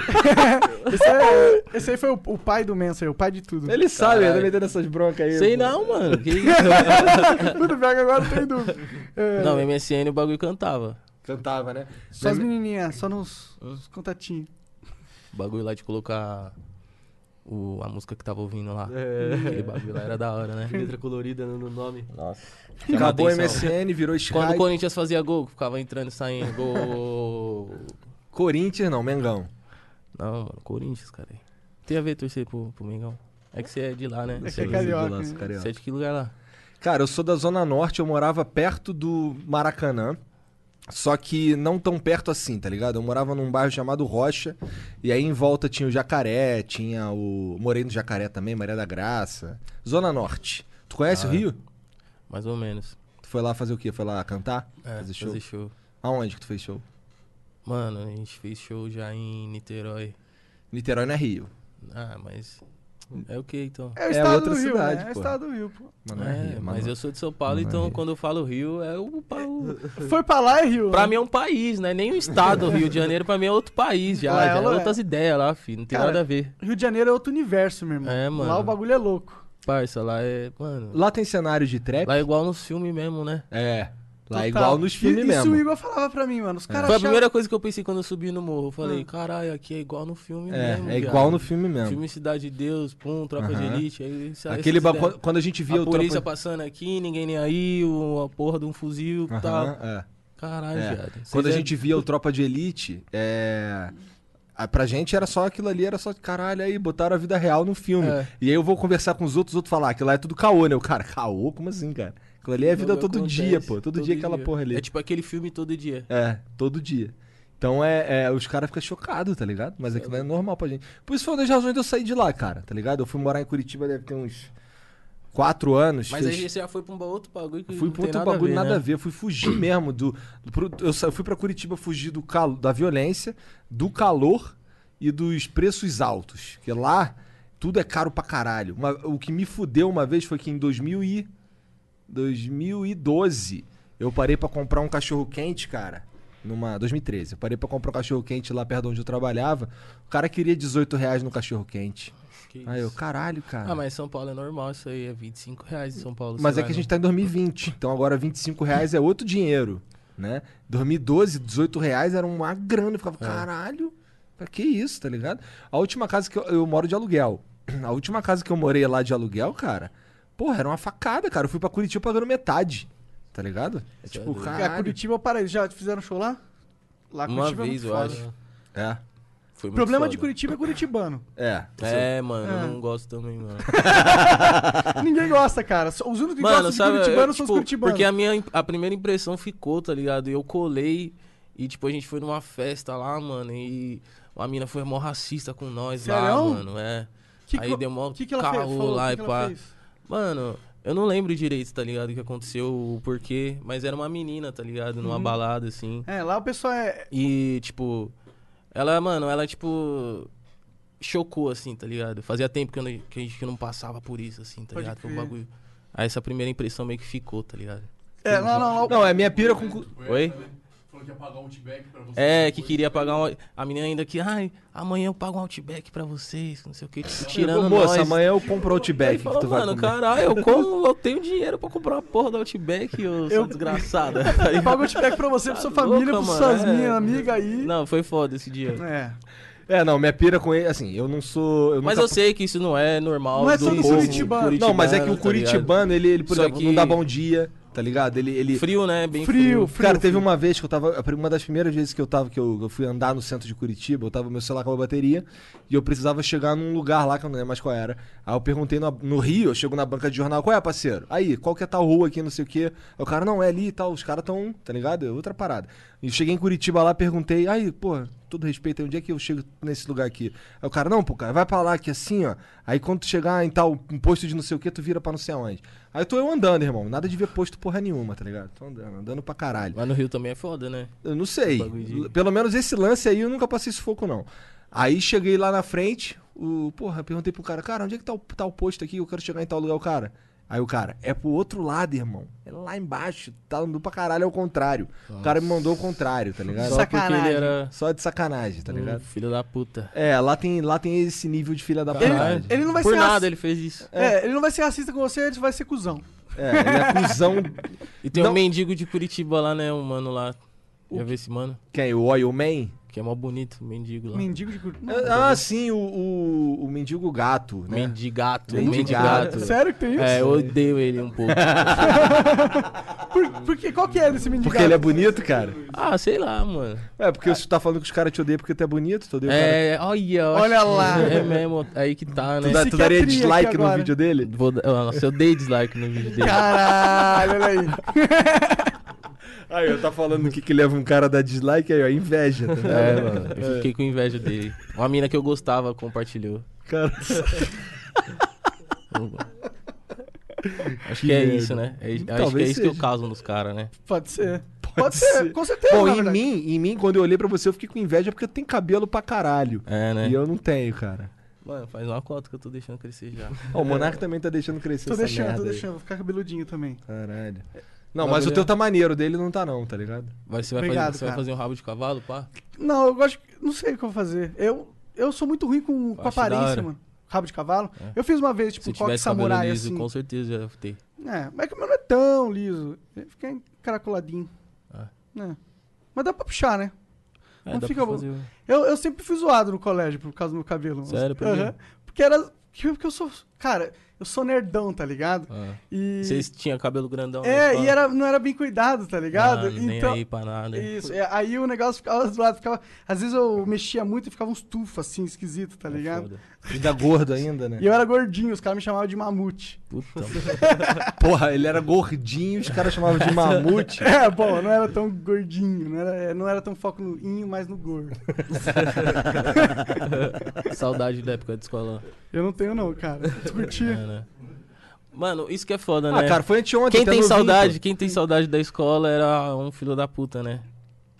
Esse, é- esse aí foi o, o pai do Mensa, o pai de tudo. Ele sabe, ele Caralho. tá metendo essas broncas aí. Sei pô. não, mano. Que isso? Tudo bem, agora não tem dúvida. É, Não, MSN o bagulho cantava. Cantava, né? só as menininhas, só nos, nos contatinhos. O bagulho lá de colocar o, a música que tava ouvindo lá. É. Aquele bagulho lá era da hora, né? Letra colorida no, no nome. Chama Acabou o atenção. MSN, virou Skype. Quando o Corinthians fazia gol, ficava entrando e saindo. Gol. Corinthians não, Mengão. Não, mano, Corinthians, cara. Tem a ver torcer pro, pro Mengão. É que você é de lá, né? É que é carioca. Nossa, né? carioca. Você é de que lugar lá? Cara, eu sou da Zona Norte, eu morava perto do Maracanã. Só que não tão perto assim, tá ligado? Eu morava num bairro chamado Rocha. E aí em volta tinha o Jacaré, tinha o. Morei no Jacaré também, Maria da Graça. Zona Norte. Tu conhece Ah, o é. Rio? Mais ou menos. É, Tu foi lá fazer o quê? Foi lá cantar? fazer show? Fazer show. Aonde que tu fez show? Mano, a gente fez show já em Niterói. Niterói não é Rio. Ah, mas. É o que então? É o É estado outra do Rio, cidade, né? É o pô. estado do Rio, pô. Mano, É, mas eu sou de São Paulo, Mano, então é. quando eu falo Rio, é o. pa- o- Foi pra lá é Rio. Pra né? mim é um país, né? Nem um estado, Rio de Janeiro, pra mim é outro país já. Lá é, já é lá é. outras ideias lá, filho. Não tem Cara, nada a ver. Rio de Janeiro é outro universo, meu irmão. É, mano. Lá o bagulho é louco. Parça, lá é. Mano. Lá tem cenário de trap? Lá é igual nos filmes mesmo, né? É. Lá é Total. igual nos I- filmes Isso o mesmo. Igor falava pra mim, mano. Os caras Foi a achavam- primeira coisa que eu pensei quando eu subi no morro. Eu falei, caralho, aqui é igual no filme Ah. É, mesmo. é igual viado. no filme mesmo. Filme Cidade de Deus, pum, Tropa de Aham. Elite. Aí, isso- Aquele essas ba- ideias. quando a gente via é- a o polícia tropa- passando aqui, ninguém nem aí, uma porra de um fuzil e Aham, tal. é. Caralho, É. viado. Vocês Quando a é- gente via o Tropa de Elite, é... a- pra gente era só aquilo ali, era só, caralho, aí botaram a vida real no filme. É. E aí eu vou conversar com os outros, os outros falar, aquilo lá é tudo caô, né? O cara, caô? Como assim, cara? Aquilo ali é vida Bagulho todo dia, acontece, pô. Todo, dia aquela porra ali. É, É tipo aquele filme todo dia. todo dia. Então é, é, os caras ficam chocados, tá ligado? Mas aquilo é normal pra gente. Por isso foi uma das razões de eu sair de lá, cara, tá ligado? Eu fui morar em Curitiba, deve ter uns quatro anos. Mas fiz- aí você já foi pra um outro bagulho que Fui não pra tem outro nada bagulho, a ver, nada né? a ver. Fui fugir mesmo do. do- pro- eu, sa- eu fui pra Curitiba fugir do calo, da violência, do calor e dos preços altos. Porque lá tudo é caro pra caralho. Uma- o que me fudeu uma vez foi que em 2000 e- 2012 eu parei pra comprar um cachorro quente, cara. Numa. 2013. Eu parei pra comprar um cachorro quente lá perto de onde eu trabalhava. O cara queria 18 reais no cachorro quente. Que Aí eu, isso. caralho, cara. Ah, mas São Paulo é normal isso aí, é 25 reais em São Paulo. Mas sei é que lá, a gente tá em 2020, então agora 25 reais é outro dinheiro, né? 2012, 18 reais era uma grana. Eu ficava, É. caralho, pra que isso, tá ligado? A última casa que eu, eu moro de aluguel. A última casa que eu morei lá de aluguel, cara, porra, era uma facada, cara. Eu fui pra Curitiba pagando metade, tá ligado? É Isso é tipo, doido. É, caralho. Curitiba é o paraíso. Já fizeram show lá? tá Lá Uma Curitiba é vez, muito eu foda. acho. É, Foi O muito problema foda. de Curitiba é curitibano. é. É, mano, eu não gosto também, mano. Ninguém gosta, cara. Só- Os únicos que mano, gostam de sabe, curitibano são eu, os tipo, curitibanos. Porque a minha im- a primeira impressão ficou, tá ligado? Eu colei e, tipo, a gente foi numa festa lá, mano, e a mina foi mó racista com nós lá, Sério? mano, é. Que Aí co- deu mó que que ela fez? caô Falou, lá que e que ela pá. fez? Mano, eu não lembro direito, tá ligado? O que aconteceu, o porquê, mas era uma menina, tá ligado? Uhum. Numa balada, assim. É, lá o pessoal é. E, tipo, ela, mano, ela, tipo, chocou, assim, tá ligado? Fazia tempo que, eu não- que a gente não passava por isso, assim, tá Pode ligado? Foi um crer. bagulho. Aí essa primeira impressão meio que ficou, tá ligado? É, não, não, não. Não, é minha pira com. cu- Oi? É, que queria pagar um... A menina ainda que, ai, amanhã eu pago um outback pra vocês, não sei o que, tirando Ô, moça, nós. amanhã eu compro é Aí Outback. que falou, tu vai mano, comer." caralho, eu, como, eu tenho dinheiro pra comprar uma porra do Outback, eu sou desgraçada. Tá ligado? Paga o feedback pra você, pra Tá sua família, louca, pras mano, suas é. minhas amigas aí. Não, foi foda esse dia. É. É, não, minha pira com ele, assim, eu não tá sou. Eu Mas nunca eu sei que isso não é normal. Não é do só do povo curitibano. Não, mas é que o tá ligado? curitibano, ele, ele, por Só exemplo, que- não dá bom dia, tá ligado? Ele. ele... Frio, né? Bem Frio, frio. frio. Cara, teve uma vez que eu tava. Uma das primeiras vezes que eu tava, que eu, eu fui andar no centro de Curitiba, eu tava, meu celular com a bateria, e eu precisava chegar num lugar lá que eu não lembro mais qual era. Aí eu perguntei na- no Rio, eu chego na banca de jornal, qual é, parceiro? Aí, qual que é tal rua aqui, não sei o quê? Aí o cara, não, é ali e tal, os caras tão, tá ligado? É outra parada. E cheguei em Curitiba lá, perguntei, aí, pô, todo respeito, aí, onde é que eu chego nesse lugar aqui? Aí o cara, não, pô, cara, vai pra lá aqui assim, ó. Aí quando tu chegar em tal um posto de não sei o que, tu vira pra não sei aonde. Aí tô eu andando, irmão. Nada de ver posto porra nenhuma, tá ligado? Tô andando, andando pra caralho. Mas no Rio também é foda, né? Eu não sei. bagulho de- Pelo menos esse lance aí eu nunca passei sufoco, não. Aí cheguei lá na frente, o, porra, perguntei pro cara, cara, onde é que tá o, tá o posto aqui? Eu quero chegar em tal lugar, o cara. Aí o cara, é pro outro lado, irmão. É lá embaixo, tá andando pra caralho, é o contrário. O cara me mandou o contrário, tá É. ligado? Só Só, porque Sacanagem. ele era de sacanagem, tá um ligado? filho da puta. É, lá tem, lá tem esse nível de filha da puta. Caralho. ele não vai Por ser raci- nada ele fez isso. É, ele não vai ser racista com você, ele vai ser cuzão. É, ele é cuzão. E tem Não. um mendigo de Curitiba lá, né? Um mano lá. Já vi esse mano? Quem? O Oil Man? Que é mó bonito, mendigo lá. Mendigo de É, Curitiba. Ah, sim, o, o, o mendigo gato, né? Mendigato. Mendigato. Mendigato. Sério que tem isso? É, eu odeio ele um pouco. Por, por quê? Qual que é desse mendigo? Porque ele é bonito, cara. ah, sei lá, mano. É, Ah. porque você tá falando que os caras te odeiam porque tu é bonito, tu odeia o cara. É, olha. eu Olha acho que lá. É mesmo, aí que tá, né? Tu, dá- tu Psiquiatria daria aqui dislike no agora. vídeo dele? Vou dar- Nossa, eu dei dislike no vídeo dele. Caralho, olha aí. Aí, eu tá falando o que que leva um cara a dar dislike aí, ó, inveja, tá vendo? É, mano, eu fiquei com inveja dele. Uma mina que eu gostava compartilhou. Cara, Acho que é isso, né? É, acho que é Talvez isso que eu seja. causo nos caras, né? Pode ser. Pode, ser. com certeza. Bom, na em verdade. mim, em mim, quando eu olhei pra você, eu fiquei com inveja porque eu tenho cabelo pra caralho. É, né? E eu não tenho, cara. Mano, faz uma cota que eu tô deixando crescer já. Ó, o Monark também tá deixando crescer Tô essa deixando, merda tô aí. deixando. Vou ficar cabeludinho também. Caralho. Não, Não, mas o beleza. teu tá maneiro, o dele não tá não, tá ligado? Mas você vai, Obrigado, fazer, você vai cara. Tipo, fazer um rabo de cavalo, pá? Não, eu gosto. Não sei o que eu vou fazer. Eu, eu sou muito ruim com, com Acho da aparência, hora. É. mano. Rabo de cavalo. Eu fiz uma vez, tipo, Se um coque tivesse cabelo samurai, liso, assim. com certeza já tem. É, mas que o meu não é tão liso. Ele fica encaracoladinho. Ah. É. Mas dá pra puxar, né? É, Não dá fica pra bom. fazer, ué. Eu, eu sempre fui zoado no colégio por causa do meu cabelo. Sério, por quê? Aham. Porque era. que- Porque eu sou. Cara, eu sou nerdão, tá ligado? Ah. E. Vocês tinham cabelo grandão. É, né, pá? e era, não era bem cuidado, tá ligado? Ah, Nem aí pra nada. Tá Isso, é, aí o negócio ficava do lado, ficava. Às vezes eu mexia muito e ficava uns tufos assim, esquisito, tá ligado? É Foda. Ainda gordo ainda, né? E eu era gordinho, os caras me chamavam de mamute. Puta, Porra, ele era gordinho, os caras chamavam de mamute. É, bom, eu não era tão gordinho, não era, é, não era tão foco no inho, mas no gordo. saudade da época de escola. Eu não tenho, não, cara. Tu É, curtia? né? Mano, isso que é foda, Ah, né? cara, foi anteontem. quem tá tem novinho, saudade, pô. quem tem saudade da escola era um filho da puta, né?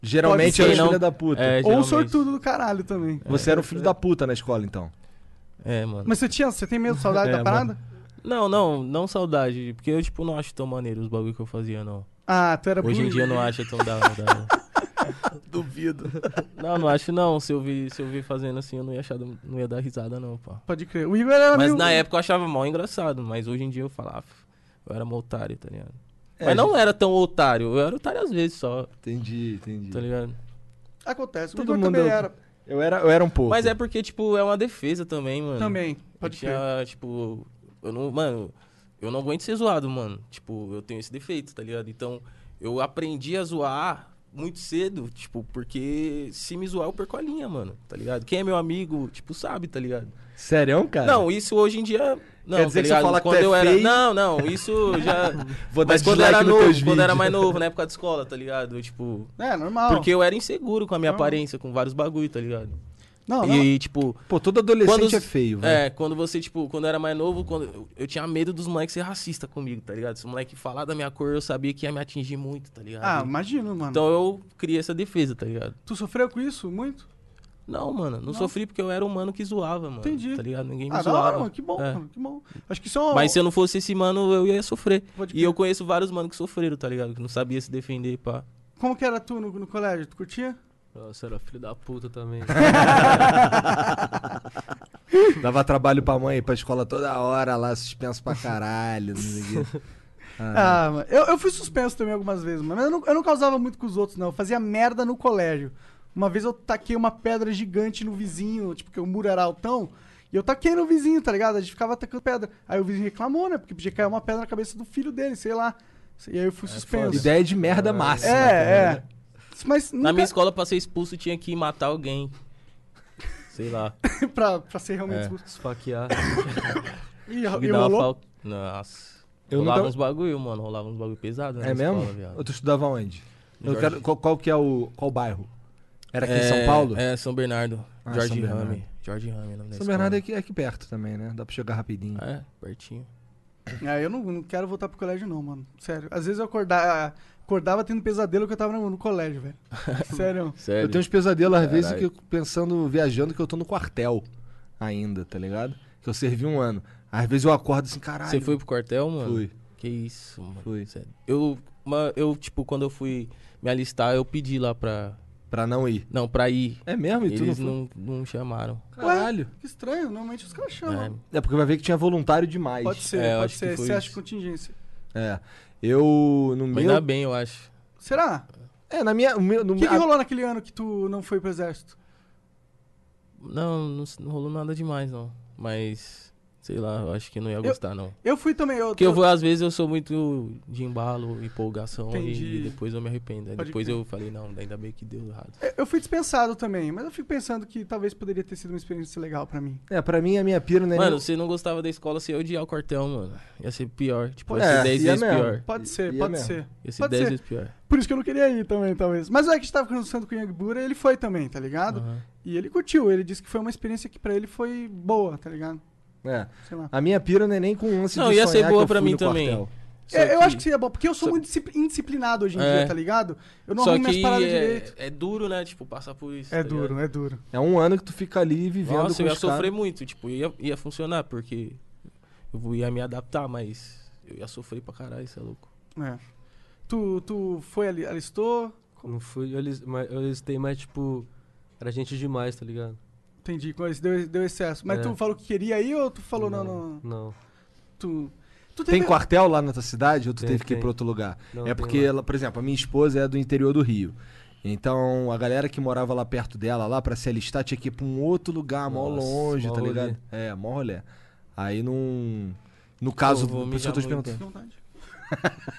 Geralmente era Quem não- filho da puta. É, Ou um geralmente. sortudo do caralho também. Você era um filho da puta na escola, então. É, mano. Mas você tinha, você tem medo, saudade É, da parada? Não, não, não saudade. Porque eu, tipo, não acho tão maneiro os bagulho que eu fazia, não. Ah, tu era Hoje em bullying. dia eu não acho tão da hora. Duvido. Não, não acho não. Se eu vi, se eu vi fazendo assim, eu não ia, achar, não ia dar risada, não, pá. Pode crer. O Igor era Mas meio- na época eu achava mal engraçado, mas hoje em dia eu falava, eu era mó otário, tá ligado? É, mas não era tão otário, eu era otário às vezes só, Entendi, entendi. tá ligado? Acontece, o Todo Igor mundo- também é, era. Eu era, eu era um pouco. Mas é porque, tipo, é uma defesa também, mano. Também, Eu pode crer. tinha, tipo, eu não, mano, eu não aguento ser zoado, mano. Tipo, eu tenho esse defeito, tá ligado? Então, eu aprendi a zoar muito cedo, tipo, porque se me zoar eu perco a linha, mano, tá ligado? Quem é meu amigo, tipo, sabe, tá ligado? Sério, cara? Não, isso hoje em dia. Não, É. Quer dizer tá que você ligado? fala que quando tu é eu era. feio? Não, não, isso já. Vou dar Mas quando eu dislike era nos novo, teus quando eu era vídeos. mais novo, na época de escola, tá ligado? Eu, tipo. É, normal. Porque eu era inseguro com a minha Não. aparência, com vários bagulho, tá ligado? Não, não. E, tipo, Pô, todo adolescente quando- é feio, velho. É, quando você, tipo, quando eu era mais novo, quando eu, eu tinha medo dos moleques ser racista comigo, tá ligado? Se o moleque falar da minha cor, eu sabia que ia me atingir muito, tá ligado? Ah, imagino, mano. então eu criei essa defesa, tá ligado? Tu sofreu com isso muito? Não, mano, não, sofri porque eu era humano que zoava, mano. Entendi. Tá ligado? Ninguém me Ah, da zoava. hora, mano. Que bom, É. mano. Que bom. Acho que isso é uma... Mas se eu não fosse esse mano, eu ia sofrer. Pode E crer. eu conheço vários manos que sofreram, tá ligado? Que não sabia se defender, pá. Como que era tu no, no colégio? Tu curtia? Nossa, era filho da puta também. é. Dava trabalho pra mãe, pra escola toda hora lá, suspenso pra caralho. não sei o quê. Ah, mano. Eu, eu fui suspenso também algumas vezes, mano. Mas eu não, eu não causava muito com os outros, não. Eu fazia merda no colégio. Uma vez eu taquei uma pedra gigante no vizinho, tipo, que o muro era altão. E eu taquei no vizinho, tá ligado? A gente ficava atacando pedra. Aí o vizinho reclamou, né? Porque podia cair uma pedra na cabeça do filho dele, sei lá. E aí eu É fui suspenso. Ideia de merda máxima. tá É, é. Mas né? Na nunca minha escola, pra ser expulso, tinha que matar alguém. Sei lá. pra, pra ser realmente expulso. É. Esfaquear. E, e É. Me dava rolou? falta. Nossa. Ah, Eu rolava nunca- uns bagulho, mano. Rolava uns bagulho pesado, né? É na mesmo? escola, viado. Ou tu estudava onde? Eu Jorge. quero, qual, qual que é o. Qual bairro? Era tá aqui em É, São Paulo? É, São Bernardo. Ah, São Jorge Bernardo. Rame. Jorge Rame, o nome da São Bernardo é escola. aqui, é aqui perto também, né? Dá pra chegar rapidinho. É, pertinho. Ah, eu não, não quero voltar pro colégio, não, mano. Sério. Às vezes eu acordava, acordava tendo pesadelo que eu tava no, no colégio, velho. Sério. Sério. Eu tenho uns pesadelos às vezes que Caralho. eu pensando, viajando, que eu tô no quartel ainda, tá ligado? Que eu servi um ano. Às vezes eu acordo assim, caralho. Você foi pro quartel, mano? Fui. Que isso, mano. Fui. Sério. Eu, ma- eu, tipo, quando eu fui me alistar, eu pedi lá pra. Pra não ir. Não, pra ir. É mesmo? E tu não Eles foi? não, não chamaram. Caralho. Que estranho, normalmente os caras É, chamam. É porque vai ver que tinha voluntário demais. Pode ser, É, eu pode acho que ser. foi Você acha isso. contingência. É. Eu, no mas ainda meu... bem, eu acho. Será? É, na minha... o meu- No O que, Ah. meu- que rolou naquele ano que tu não foi pro exército? Não, não, s- não rolou nada demais, não. Mas, sei lá, eu acho que não ia gostar, não. Eu fui também. Eu, Porque eu eu- vou, às vezes eu sou muito de embalo, empolgação, Entendi. e depois eu me arrependo. Aí Pode depois crer. eu falei, não, ainda bem que deu errado. eu fui dispensado também, mas eu fico pensando que talvez poderia ter sido uma experiência legal pra mim. É, pra mim a minha pira não é... Mano, nem- você não gostava da escola, você ia odiar o quartel, mano. Ia ser pior. Tipo, É, ia ser 10 ia vezes mesmo. pior. Pode E- ser, e é pode mesmo. ser. Ia ser Pode 10 ser. É, vezes pior. Por isso que eu não queria ir também, talvez. Mas o é que a gente tava conversando com o Yang Bura, ele foi também, tá ligado? Aham. E ele curtiu, ele disse que foi uma experiência que pra ele foi boa, tá ligado? É. Sei lá. A minha pira não é nem com um lance Não, de ia sonhar ser que boa eu pra fui mim no também. quartel. É, Só eu que- acho que seria bom, porque eu sou muito disci- indisciplinado hoje em É. dia, tá ligado? Eu não Só arrumo que minhas paradas é, direito. é duro, né? Tipo, passar por isso. É tá duro, ligado? é duro. É um ano que tu fica ali vivendo Nossa, com eu ia os caras. sofrer muito. Tipo, ia, ia funcionar, porque eu vou- ia me adaptar, mas eu ia sofrer pra caralho, isso é louco. É. Tu, tu foi ali, alistou, Não fui, eu, lis- mas- eu listei, mas tipo, era gente demais, tá ligado? entendi, com esse- deu, deu excesso. Mas É. tu falou que queria aí ou tu falou não, não? Não. tu, tu Tem teve- quartel lá na tua cidade ou tu Tem, teve que ir tem. pra outro lugar? Não, é tem porque, lá. ela, por exemplo, a minha esposa é do interior do Rio. Então, a galera que morava lá perto dela, lá pra se alistar, tinha que ir pra um outro lugar, mó Nossa, longe, mó tá rolê. ligado? É, mó rolê. Aí não. No caso, vou por isso que eu tô te mijar muito. perguntando. Fica à vontade.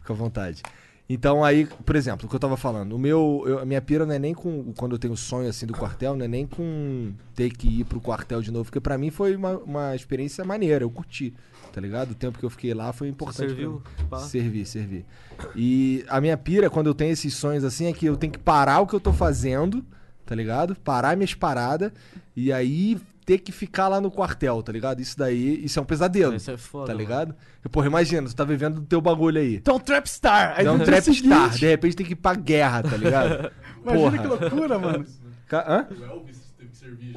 Fica à vontade. Então aí, por exemplo, o que eu tava falando, o meu, eu- a minha pira não é nem com quando eu tenho o sonho assim do quartel, não é nem com ter que ir pro quartel de novo, porque pra mim foi uma, uma experiência maneira, eu curti, tá ligado? O tempo que eu fiquei lá foi importante. pra serviu? mim. Pá. Servi, servi. E a minha pira quando eu tenho esses sonhos assim é que eu tenho que parar o que eu tô fazendo, tá ligado? Parar minhas paradas e aí ter que ficar lá no quartel, tá ligado? Isso daí, isso é um pesadelo. Isso é foda. Tá mano. ligado? Porra, imagina, tu tá vivendo do teu bagulho aí. Então, Trapstar. Aí É um no dia trap seguinte- star. De repente tem que ir pra guerra, tá ligado? Imagina Porra. que loucura, mano. Ca- Hã?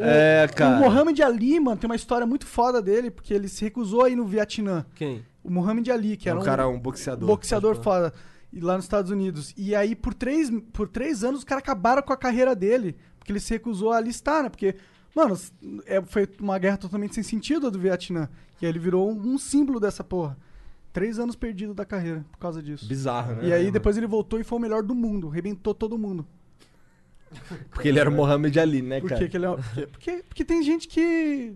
É, O cara. Mohamed Ali, mano, tem uma história muito foda dele, porque ele se recusou aí no Vietnã. Quem? O Mohamed Ali, que era Um cara, um boxeador. boxeador foda e lá nos Estados Unidos. E aí, por três, por três anos, os caras acabaram com a carreira dele, porque ele se recusou a listar, né? Porque, mano, s- é, foi uma guerra totalmente sem sentido a do Vietnã. E aí ele virou um, um símbolo dessa porra. Três anos perdido da carreira por causa disso. Bizarro, né? E aí depois ele voltou e foi o melhor do mundo, arrebentou todo mundo. Porque ele era o Mohamed Ali, né, Por cara? quê que ele é. Porque, porque, porque tem gente que.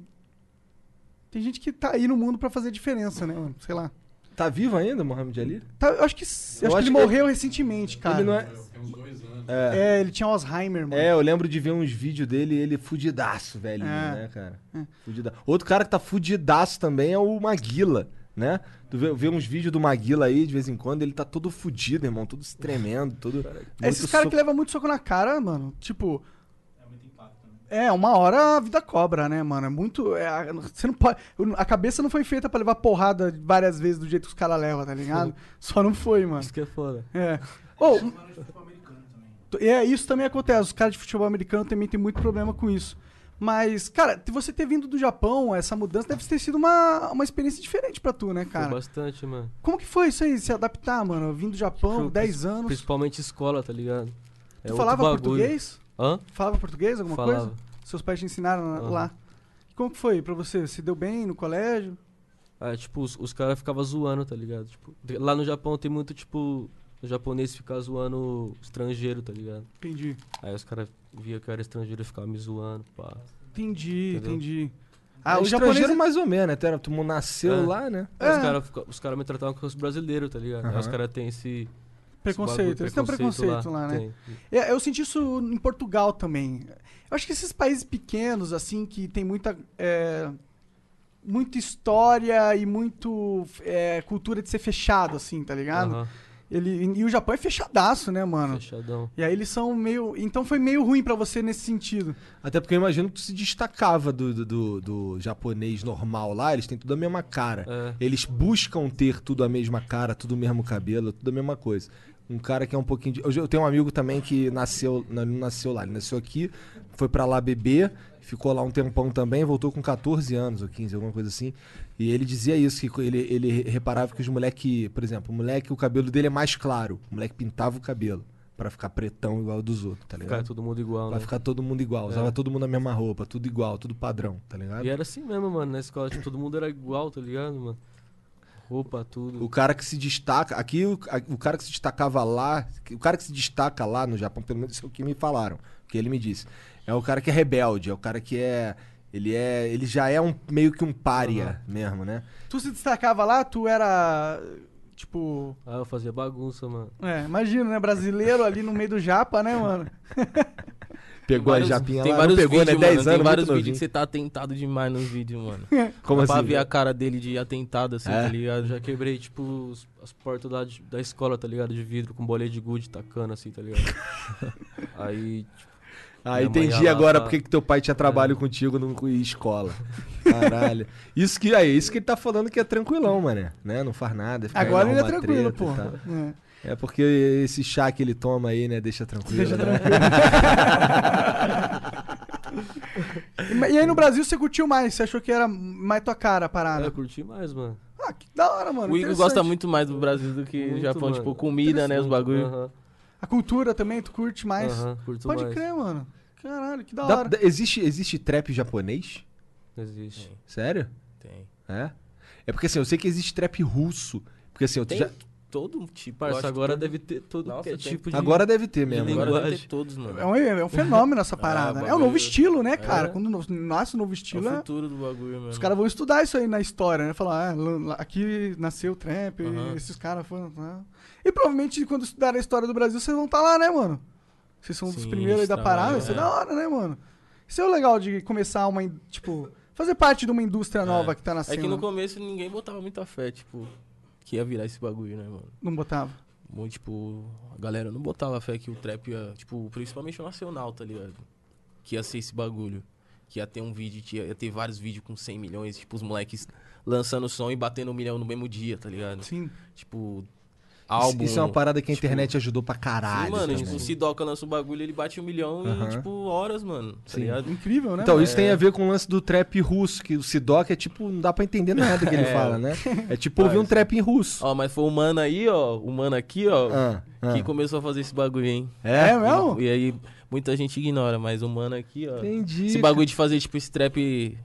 Tem gente que tá aí no mundo pra fazer diferença, né, mano? Sei lá. Tá vivo ainda o Mohamed Ali? Tá, eu acho que. s- Eu Eu acho, acho que que é ele morreu recentemente, cara. Ele não é... É. É, ele tinha Alzheimer, mano. É, eu lembro de ver uns vídeos dele, ele fudidaço, velho, É. né, cara? Fudida- Outro cara que tá fudidaço também é o Maguila, né? Tu vê, vê uns vídeos do Maguila aí, de vez em quando, ele tá todo fudido, irmão, todo se tremendo, todo... Esses muito caras so- que levam muito soco na cara, mano, tipo. É, uma hora a vida cobra, né, mano? É muito. é, a- você não pode, a cabeça não foi feita pra levar porrada várias vezes do jeito que os caras levam, tá ligado? Só não foi, mano. Isso que é foda. É. Ou. É, isso também acontece. Os caras de futebol americano também tem muito problema com isso. Mas, cara, te- você ter vindo do Japão, essa mudança deve ter sido uma, uma experiência diferente pra tu, né, Foi cara? bastante, mano. Como que foi isso aí, se adaptar, mano? Vindo do Japão, Pro- 10 anos. Principalmente escola, tá ligado? Tipo, É Tu outro falava bagulho. português? Hã? Falava português, alguma Falava. coisa? Seus pais te ensinaram Aham. lá. Como que foi pra você? Se deu bem no colégio? Ah, tipo, os, os caras ficavam zoando, tá ligado? Tipo, de- lá no Japão tem muito, tipo, o japonês ficar zoando estrangeiro, tá ligado? Entendi. Aí os caras via que eu era estrangeiro e ficavam me zoando, pá. Entendi, Entendeu? entendi. Ah, Ah, o o japonês. estrangeiro mais ou menos, né? Tu era- Tu nasceu É. lá, né? Aí É. Os caras fica- os cara me tratavam como se fosse brasileiro, tá ligado? Aí os Aham. caras têm esse. esse Preconceito. bagulho, Eles têm um preconceito lá, né? Tem. É, eu senti isso em Portugal também. Eu acho que esses países pequenos, assim, que tem muita. é, muita história e muito é, cultura de ser fechado, assim, tá ligado? Aham, Ele, e o Japão é fechadaço, né, mano? Fechadão. E aí eles são meio. Então foi meio ruim pra você nesse sentido. Até porque eu imagino que tu se destacava do, do, do- do japonês normal lá, eles têm tudo a mesma cara. É. Eles buscam ter tudo a mesma cara, tudo o mesmo cabelo, tudo a mesma coisa. Um cara que é um pouquinho. De... eu já- Eu tenho um amigo também que nasceu. Não, ele não nasceu lá, ele nasceu aqui, foi pra lá beber, ficou lá um tempão também, voltou com 14 anos ou 15, alguma coisa assim. E ele dizia isso, que ele, ele reparava que os moleque, por exemplo, o moleque, o cabelo dele é mais claro. O moleque pintava o cabelo pra ficar pretão igual ao dos outros, tá ligado? Ficar todo mundo igual, Vai né? ficar todo mundo igual. É. Usava todo mundo a mesma roupa, tudo igual, tudo padrão, tá ligado? E era assim mesmo, mano, na escola, tipo, todo mundo era igual, tá ligado, mano? Roupa, tudo. O cara que se destaca. Aqui, o, a- o cara que se destacava lá. O cara que se destaca lá no Japão, pelo menos isso é o que me falaram. O que ele me disse. É o cara que é rebelde, é o cara que é. Ele é. Ele já é um meio que um pária mesmo, né? Tu se destacava lá, tu era. Tipo. Ah, eu fazia bagunça, mano. É, imagina, né? Brasileiro ali no meio do japa, né, mano? Pegou Vários- a japinha tem lá. Não vários pegou, vídeos, né? 10 mano, anos, Tem vários muito novinho. vídeos que você tá atentado demais nos vídeos, mano. Como pra assim? ver a cara dele de atentado, assim, tá ligado? Já quebrei, tipo, os- as portas da, de- da escola, tá ligado? De vidro, com bolinha de gude tacando, assim, tá ligado? Aí, tipo, Ah, Minha mãe entendi ia lá É. agora pra- porque que teu pai tinha trabalho contigo no, e escola. Caralho. Isso que, aí, isso que ele tá falando que é tranquilão, mané. Né? Não faz nada. fica aí, Agora não ele é arruma tranquilo, treta pô. e tal. É. É porque esse chá que ele toma aí, né? Deixa tranquilo. Deixa né? E ma- E aí no Brasil você curtiu mais, você achou que era mais tua cara a Ah, parada. eu curti mais, mano. Tá Ah, que da hora, mano. O Igor interessante. gosta muito mais do Brasil do que do Muito, Japão. mano. Tipo, comida, né? Os Interessante. bagulho. Aham, A cultura também, tu curte mais. aham, curto Pode mais. crer, mano. Caralho, que da Dá- hora. dá- existe, existe trap japonês? É. Existe. Sério? Tem. É? É porque assim, eu sei que existe trap russo. Porque assim, eu Tem já... todo tipo. eu acho que Parça, agora todo- deve ter todo Nossa, que- tem. tipo de... Agora deve ter mesmo. língua. Agora... Agora deve ter linguagem. todos, mano. É um, é um fenômeno essa parada, né? É um novo bagulho. estilo, né, cara? É. Quando no- nasce um novo estilo, É o é- futuro do bagulho, mano. os caras vão estudar isso aí na história, né? Falar, ah, lá- lá- aqui nasceu o trap, Aham. e esses caras foram... né? E provavelmente quando estudarem a história do Brasil, vocês vão estar lá, né, mano? Vocês são um dos Sim, primeiros aí da tá, parada, é. isso é da hora, né, mano? Isso é o legal de começar uma, in- tipo, fazer parte de uma indústria nova que tá É nascendo. que no começo ninguém botava muita fé, tipo, que ia virar esse bagulho, né, mano? Não botava. Muito, tipo, a galera não botava fé que o trap ia, tipo, principalmente o nacional, tá ligado? Que ia ser esse bagulho. Que ia ter um vídeo, que ia, ia ter vários vídeos com 100 milhões, tipo, os moleques lançando som e batendo um milhão no mesmo dia, tá ligado? Sim. Tipo, Isso, álbum. isso é uma parada que a tipo, internet ajudou pra Sim, caralho. mano, também. tipo, se doca lança o bagulho, ele bate um milhão Aham. em, tipo, horas, mano. Tá ligado? Incrível, né? Então, mano? isso tem a ver com o lance do trap russo, que o Sidoc é tipo, não dá pra entender nada que ele É. fala, né? É tipo ouvir um trap em russo. Ó, mas foi o mano aí, ó, o mano aqui, ó, Ah, ah. que começou a fazer esse bagulho, hein? É, mesmo? E aí, muita gente ignora, mas o mano aqui, ó. Entendi. Esse bagulho de fazer, tipo, esse trap.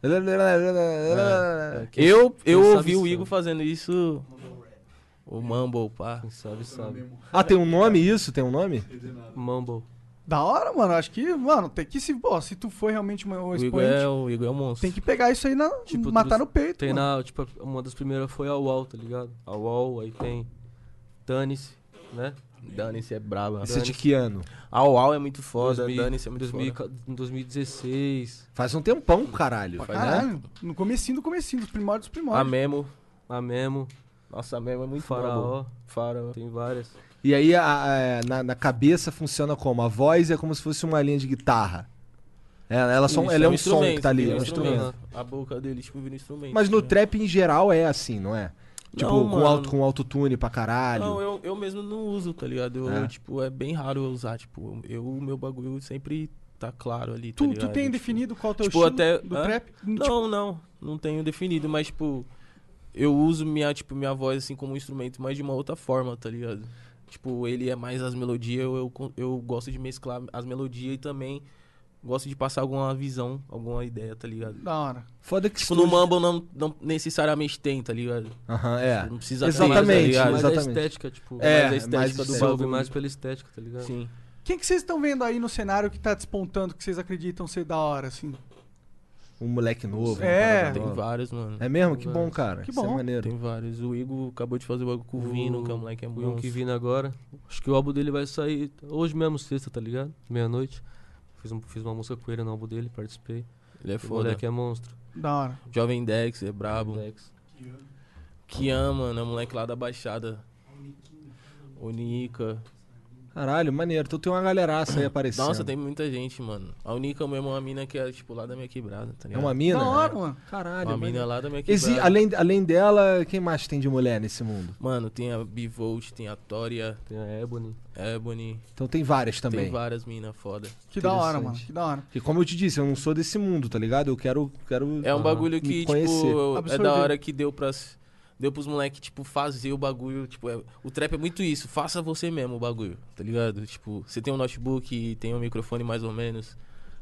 É. Quem- Eu, eu sabe ouvi o sabe. Igor fazendo isso. O Mumble, pá. Quem sabe, sabe. Ah, tem um nome isso? Tem um nome? Mumble. Da hora, mano. Acho que, mano, tem que se. Ó, se tu for realmente uma- um O Igor, é, expoente, o Igor é um monstro. tem que pegar isso aí na. Tipo, matar no dos- peito. Tem mano. na, tipo, uma das primeiras foi a UOL, tá ligado? A UOL, aí tem Dane-se, né? Dane-se é braba. Isso é de que ano? A UAU é muito foda, 2000, Dane-se é muito 2000, foda. em 2016, Faz um tempão, caralho. Pra né? caralho. No comecinho do comecinho, dos primórdios dos A primórdios. Memo. a Memo, Nossa, a Memo é muito Faraó, Mumble. Faraó. tem várias. E aí a- a- na, na cabeça funciona como? A voz é como se fosse uma linha de guitarra. Ela, ela, só- Isso, ela é um som instrumento, que tá ali, vira é um instrumento. A boca dele, tipo, vira um instrumento. Mas no né? trap em geral é assim, não é? Tipo, Não, com, mano. auto, com autotune pra caralho. Não, eu, eu mesmo não uso, tá ligado? Eu, É. tipo, é bem raro eu usar, tipo, eu, o meu bagulho sempre tá claro ali, tá tu, tu ligado? tem Tipo, definido qual é o teu tipo, estilo até- do Hã? trap? Tipo, Não, não, não tenho definido, mas, tipo, eu uso minha, tipo, minha voz, assim, como um instrumento, mas de uma outra forma, tá ligado? Tipo, ele é mais as melodias, eu, eu, con- eu gosto de mesclar as melodias e também gosto de passar alguma visão, alguma ideia, tá ligado? Da hora. Foda que Tipo, isso- no Mumble não, não necessariamente tem, tá ligado? Aham, é. Não precisa Exatamente, ter, tá Mas ligado? a exatamente. estética, É, tipo, mais a estética mais do estética. salve bagulho. mais pela estética, tá ligado? Sim. Quem que vocês estão vendo aí no cenário que tá despontando, que vocês acreditam ser da hora, assim? Um moleque novo. É. uma parada Tem nova. vários, mano. É mesmo? Que bom, cara. Que Isso é bom. maneiro. Tem vários. O Igor acabou de fazer o bagulho com o Vino, que é um moleque é O Ion bom. que vindo agora. Acho que o álbum dele vai sair hoje mesmo, sexta, tá ligado? Meia-noite. Fiz, um- fiz uma música com ele no álbum dele, participei. Ele é O foda. moleque é monstro. Da hora. Jovem Dex, é brabo. Dex. Kian, mano, é um moleque lá da Baixada. Onika. Caralho, maneiro. Então tem uma galeraça aí aparecendo. Nossa, tem muita gente, mano. A Onika mesmo é uma mina que é, tipo, lá da minha quebrada, tá É ligado? uma mina? da hora, né? mano. Caralho. Uma mina maneiro. lá da minha quebrada. Exi- além, além dela, quem mais tem de mulher nesse mundo? Mano, tem a Bivolt, tem a Toria, Tem a Ebony. Ebony. Então tem várias também. Tem várias minas foda. Que da hora, mano. Interessante. Que da hora. Porque como eu te disse, eu não sou desse mundo, tá ligado? Eu quero. quero É um me bagulho que, tipo, conhecer. eu- é Absorver. da hora que deu pras. Deu pros moleques, tipo, fazer o bagulho. Tipo, é- o trap é muito isso. Faça você mesmo o bagulho, tá ligado? Tipo, você tem um notebook, tem um microfone mais ou menos,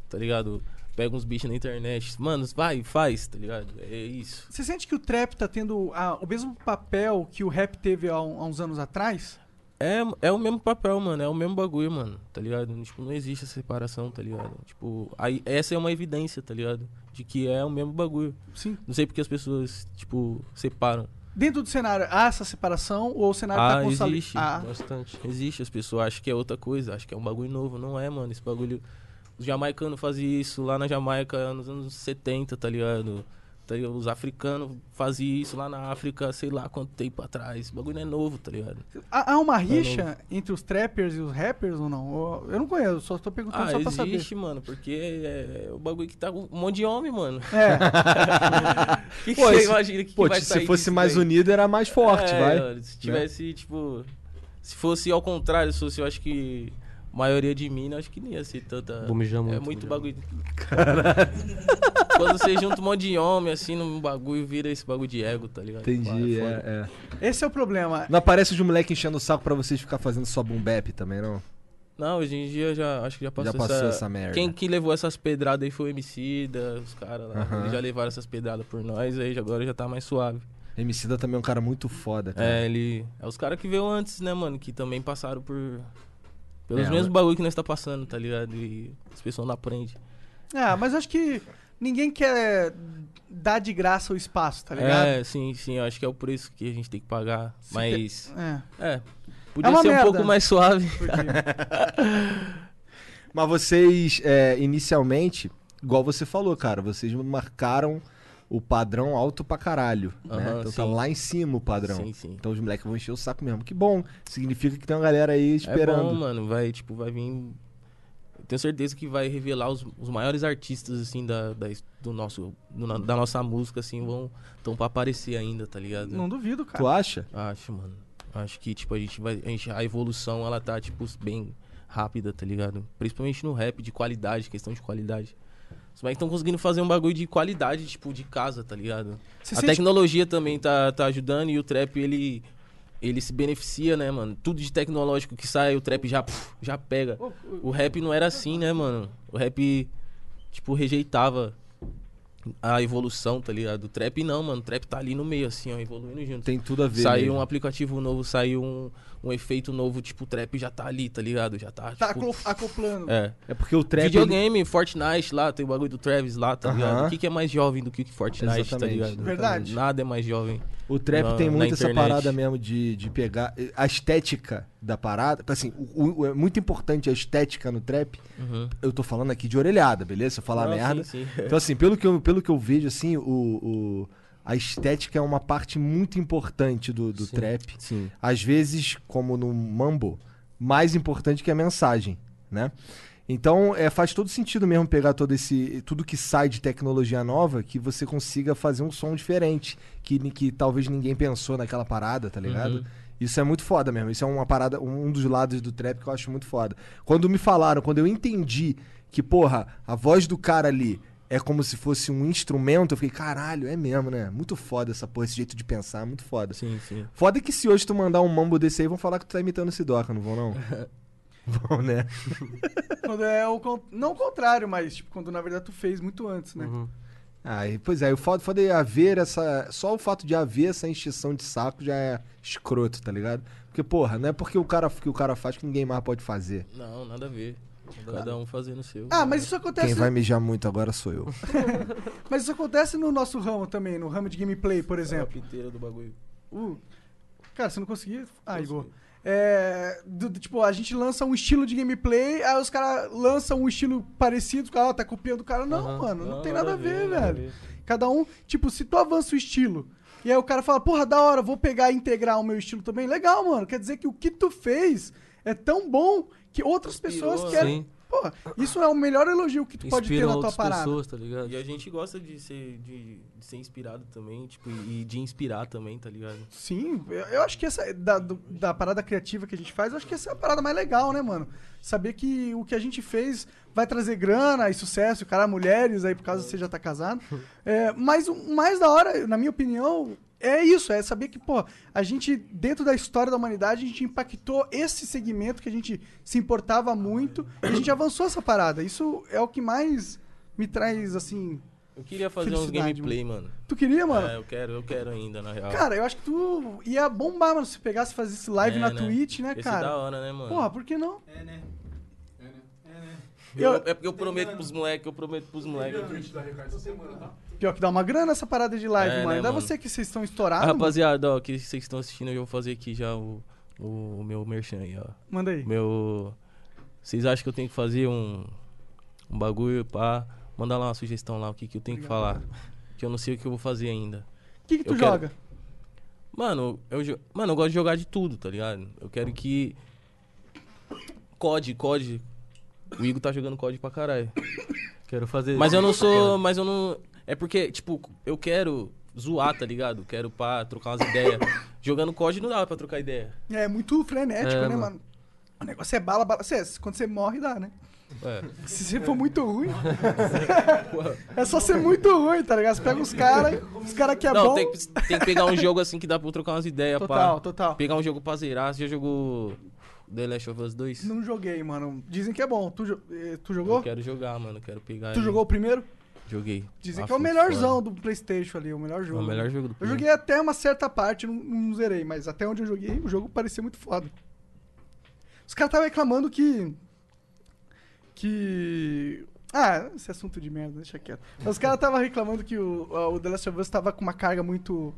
tá ligado? Pega uns bichos na internet. Mano, vai, faz, tá ligado? É isso. Você sente que o trap tá tendo ah, o mesmo papel que o rap teve há, um- há uns anos atrás? É, é o mesmo papel, mano. É o mesmo bagulho, mano. Tá ligado? Tipo, não existe essa separação, tá ligado? Tipo, aí, essa é uma evidência, tá ligado? De que é o mesmo bagulho. Sim. Não sei porque as pessoas, tipo, separam. Dentro do cenário, há essa separação ou o cenário tá Ah, consolidado? existe. Ah, Bastante. Existe, as pessoas acham que é outra coisa, acham que é um bagulho novo. Não é, mano. Esse bagulho. Os jamaicanos faziam isso lá na Jamaica nos anos 70, tá ligado? Tá ligado? Os africanos faziam isso lá na África, sei lá quanto tempo atrás. O bagulho não é novo, tá ligado? Há, há uma rixa entre os trappers e os rappers ou não? Ou- Eu não conheço, só tô perguntando Ah, só pra existe, saber. mano, porque é, é o bagulho que tá com um monte de homem, mano. É, O que, que Pô, você esse- imagina que, Pô, que vai se sair fosse disso mais daí? unido era mais forte, É, vai. né? mano, Se tivesse, tipo. Se fosse ao contrário, se fosse, eu acho que. A maioria de mim, eu acho que nem ia ser tanta. Vou mijar É muito, tá né? muito mijar bagulho. Caralho. Quando você junta um monte de homem assim num bagulho, vira esse bagulho de ego, tá ligado? Entendi, Pá, é, é foda. é. esse é o problema. Não aparece de um moleque enchendo o saco pra vocês ficar fazendo só boom bap também, não? Não, hoje em dia já acho que já passou, passou essa merda. Quem que levou essas pedradas aí foi o MC, da, os caras lá. Aham. Eles já levaram essas pedradas por nós, aí já- agora já tá mais suave. Emicida também é um cara muito foda, cara. É, ele. É os caras que veio antes, né, mano? Que também passaram por. Pelos É, mesmos mas- bagulho que nós tá passando, tá ligado? E as pessoas não aprendem. Ah, mas acho que ninguém quer dar de graça o espaço, tá ligado? É, sim, sim, eu acho que é o preço que a gente tem que pagar. mas. É. É. Podia uma ser merda. um pouco mais suave. Mas vocês, é, inicialmente, igual você falou, cara, vocês marcaram o padrão alto pra caralho. né? Aham, Então tá sim. lá em cima o padrão. Sim, sim. Então os moleques vão encher o saco mesmo. Que bom. Significa que tem uma galera aí É bom, esperando. mano. Vai, tipo, vai vir. eu Tenho certeza que vai revelar os, os maiores artistas, assim, da, da, his- do nosso, do no- da nossa música, assim, vão. Estão pra aparecer ainda, tá ligado? Não duvido, cara. tu acha? Acho, mano. Acho que, tipo, a gente vai. A, gente- a evolução, ela tá, tipo, bem rápida, tá ligado? Principalmente no rap, de qualidade, questão de qualidade. Os moleques estão conseguindo fazer um bagulho de qualidade, tipo, de casa, tá ligado? Você a sente- tecnologia também tá, tá ajudando e o trap, ele. Ele se beneficia, né, mano? Tudo de tecnológico que sai, o trap já, puf, já pega. O rap não era assim, né, mano? O rap, tipo, rejeitava a evolução, tá ligado? O trap não, mano. O trap tá ali no meio, assim, ó, evoluindo junto. Tem tudo a ver. Saiu mesmo. um aplicativo novo, saiu um, um efeito novo, tipo, o trap já tá ali, tá ligado? Já tá, Tá tipo... aclo- acoplando. É. É porque o trap. ele- Videogame, Fortnite lá, tem o bagulho do Travis lá, tá Aham. ligado? O que, que é mais jovem do que Fortnite, tá Exatamente, ligado? Verdade. Nada é mais jovem. O trap na- tem na muito essa internet. parada mesmo de, de pegar eh, a estética da parada. Assim, o- o- é muito importante a estética no trap. Uhum. Eu tô falando aqui de orelhada, beleza? Se eu falar Não, sim, merda. sim. Então, assim, pelo que eu, pelo que eu vejo, assim, o, o- a estética é uma parte muito importante do, do trap. Sim. Às vezes, como no mambo, mais importante que a mensagem, né? Então, é, faz todo sentido mesmo pegar todo esse tudo que sai de tecnologia nova que você consiga fazer um som diferente, que, ni- que talvez ninguém pensou naquela parada, tá ligado? Isso é muito foda mesmo. Isso é uma parada, um dos lados do trap que eu acho muito foda. Quando me falaram, quando eu entendi que, porra, a voz do cara ali é como se fosse um instrumento, eu fiquei, caralho, é mesmo, né? Muito foda essa porra, esse jeito de pensar, muito foda. Sim, sim. Foda que se hoje tu mandar um mambo desse aí, vão falar que tu tá imitando o Sidoca, não vão não? vão, né? Quando é o con- Não o contrário, mas tipo, quando na verdade tu fez muito antes, né? Aí, pois é, o foda, foda é haver essa. Só o fato de haver essa encheção de saco já é escroto, tá ligado? Porque, porra, não é porque o cara que o cara faz que ninguém mais pode fazer. Não, nada a ver. Cada um fazendo o seu. Ah, mas isso Tá Quem acontece. vai mijar muito agora sou eu. Mas isso acontece no nosso ramo também, no ramo de gameplay, por é. exemplo. piteira do bagulho. Uh, cara, você não conseguiu? Ah, Igor. É, do- do- tipo, a gente lança um estilo de gameplay, aí os caras lançam um estilo parecido, o cara ó, tá copiando o cara. Não, mano, não, tem nada, a ver, nada a velho. Cada um, tipo, se tu avança o estilo, e aí o cara fala, porra, da hora, vou pegar e integrar o meu estilo também. Legal, mano, quer dizer que o que tu fez é tão bom que outras pessoas Inspirou, querem. sim. Porra, isso é o melhor elogio que tu pode ter Inspiram na tua outras parada. pessoas, tá ligado? E a gente gosta de ser, de, de ser inspirado também, tipo, e, e de inspirar também, tá ligado? Sim, eu, eu acho que essa. Da, do- da parada criativa que a gente faz, eu acho que essa é a parada mais legal, né, mano? Saber que o que a gente fez vai trazer grana e sucesso, cara, mulheres aí, por causa que você já tá casado. É, mas o mais da hora, na minha opinião, é isso, é saber que, pô, a gente, dentro da história da humanidade, a gente impactou esse segmento que a gente se importava muito e a gente avançou essa parada. Isso é o que mais me traz, assim. Eu queria fazer uns Felicidade, gameplay, mano. Tu queria, mano? É, eu quero, eu quero ainda, na real. Cara, eu acho que tu ia bombar, mano, se pegasse e fazesse live É, na né? Twitch, né, Ia ser da cara? hora, né, mano? Porra, por que não? Eu- eu- é porque eu prometo pros moleques, eu prometo pros moleques. Pior que dá uma grana essa parada de live, É, mano. né, Ainda é mano? você que vocês estão estourados. Ah, rapaziada, ó, que vocês estão assistindo, eu vou fazer aqui já o, o, o meu merchan aí, ó. mano. Manda aí. Meu. Vocês acham que eu tenho que fazer um, um bagulho pra. Manda lá uma sugestão lá, o que, que eu tenho que falar. que eu não sei o que eu vou fazer ainda. O que, que tu Eu quero- joga? Mano, eu, jo- mano, eu gosto de jogar de tudo, tá ligado? Eu quero que. COD, COD. O Igor tá jogando COD pra caralho. Quero fazer. Mas eu não sou. Mas eu não. É porque, tipo, eu quero zoar, tá ligado? Quero pá, trocar umas ideias. Jogando COD não dava pra trocar ideia. É muito frenético, É, né, mano. mano? O negócio é bala, bala. Cê, quando você morre, dá, né? É. Se você for muito ruim. é só ser muito ruim, tá ligado? Você pega os caras, os caras que é não, bom. tem, que- tem que pegar um jogo assim que dá pra trocar umas ideias, pá. Total, total. Pegar um jogo pra zerar. Você já jogou The Last of Us 2? Não joguei, mano. Dizem que é bom. Tu, jo- eh, tu jogou? Eu quero jogar, mano. Quero pegar. Tu ele. jogou o primeiro? Joguei. Dizem Ah, que é o foi melhorzão foda. do Playstation ali, o melhor É jogo. o melhor jogo do Eu mundo. joguei até uma certa parte, não, não zerei, mas até onde eu joguei, o jogo parecia muito foda. Os caras estavam reclamando que. Que. Ah, esse assunto de merda, deixa quieto. Mas os caras estavam reclamando que o, a- o The Last of Us tava com uma carga muito.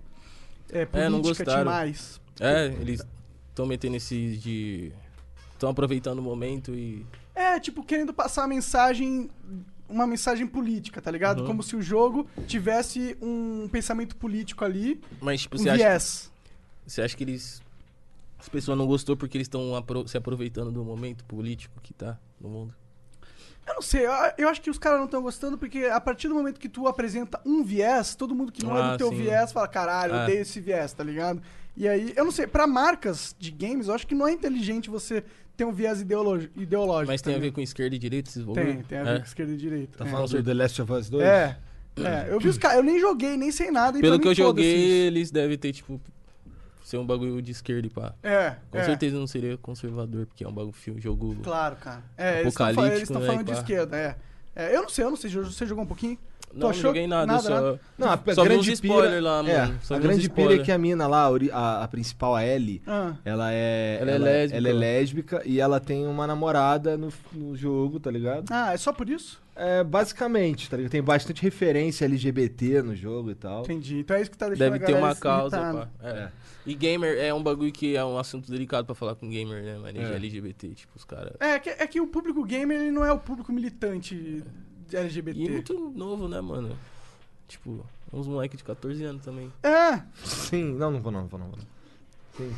É, política não gostaram. demais. É, eles estão metendo esses de. Estão aproveitando o momento e. É, tipo, querendo passar uma mensagem. Uma mensagem política, tá ligado? Uhum. Como se o jogo tivesse um pensamento político ali, Mas, tipo, um você acha, viés. você acha que eles. As pessoas não gostou porque eles estão apro- se aproveitando do momento político que tá no mundo. Eu não sei, eu, eu acho que os caras não estão gostando porque a partir do momento que tu apresenta um viés, todo mundo que não é do Ah, teu sim. viés fala, caralho, eu É. odeio esse viés, tá ligado? E aí, eu não sei, pra marcas de games, eu acho que não é inteligente você ter um viés ideologi- ideológico. Mas tem tá a ver ligado? com esquerda e direita, esses Tem, bagulho? tem a ver É. com esquerda e direita. Tá é. falando do The Last of Us 2? É, é, eu vi os caras, eu nem joguei, nem sei nada. e Pelo pra que eu mim, joguei, foda-se isso. eles devem ter, tipo. Ser um bagulho de esquerda e pá. É, Com é, certeza não seria conservador, porque é um bagulho filme, jogo. Claro, cara. É, eles tão fa- eles Apocalíptico, estão né, falando de pá. esquerda, é. É, Eu não sei, eu não sei, você jogou um pouquinho? Não, não achou? joguei nada, Nada, né? eu só. Não, a Só vi grande uns pira- spoiler lá, mano. É, Só a vi uns grande pira é spoiler. que a mina lá, a, ori- a- a principal, a Ellie, Ah, ela é. Ela é lésbica. Ela é lésbica e ela tem uma namorada no, no jogo, tá ligado? ah é só por isso? É, basicamente, tá ligado? Tem bastante referência LGBT no jogo e tal. Entendi. Então é isso que tá deixando Deve a ter galera uma causa, irritada. pá. É. E gamer é um bagulho que é um assunto delicado pra falar com gamer, né, mano? É. LGBT, tipo, os caras. É que, é que o público gamer ele não é o público militante de LGBT. E é muito novo, né, mano? Tipo, uns moleques de 14 anos também. É, Sim, não, não vou não, não vou não. Vou, não. Sim,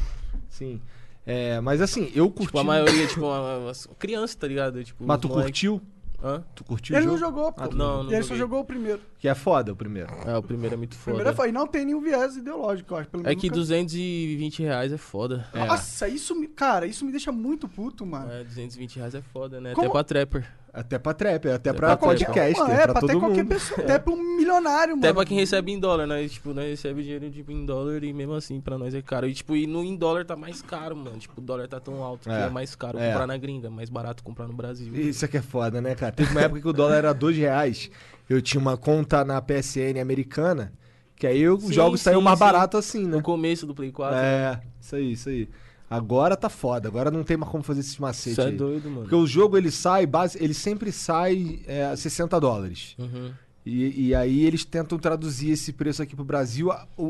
sim. É, mas assim, eu curti. Tipo, a maioria, tipo, uma, uma- uma criança, tá ligado? Tipo, Mas os tu moleque- curtiu? Hã? Tu curtiu ele o não jogo? jogou, pô. Ah, não, não e ele só joguei. jogou o primeiro. Que é foda o primeiro. É, o primeiro é muito O foda. primeiro foi. E não tem nenhum viés ideológico, eu acho. Pelo É menos que nunca- 220 reais é foda. É. Nossa, isso me. Cara, isso me deixa muito puto, mano. É, 220 reais é foda, né? Como- Até pra trapper. Até pra trap, até É pra pra trap, né? podcast, Mano, é, pra até todo qualquer mundo. pessoa. Até pra um milionário, mano. Até pra quem recebe em dólar, né? Tipo, nós recebe dinheiro tipo, em dólar e mesmo assim pra nós é caro. E tipo, e no em dólar tá mais caro, mano. Tipo, o dólar tá tão alto que É. é mais caro É. comprar na gringa, mais barato comprar no Brasil. Isso é que é foda, né, cara? Teve uma época que o dólar era dois reais. Eu tinha uma conta na PSN americana, que aí eu- os Sim, jogos saíam sim, mais sim. barato assim, né? No começo do Play 4. É, isso aí, isso aí. Agora tá foda, agora não tem mais como fazer esses macetes Isso é aí. doido, mano. Porque o jogo ele sai, base, ele sempre sai é, a 60 dólares. Uhum. E, e aí eles tentam traduzir esse preço aqui pro Brasil. A- O,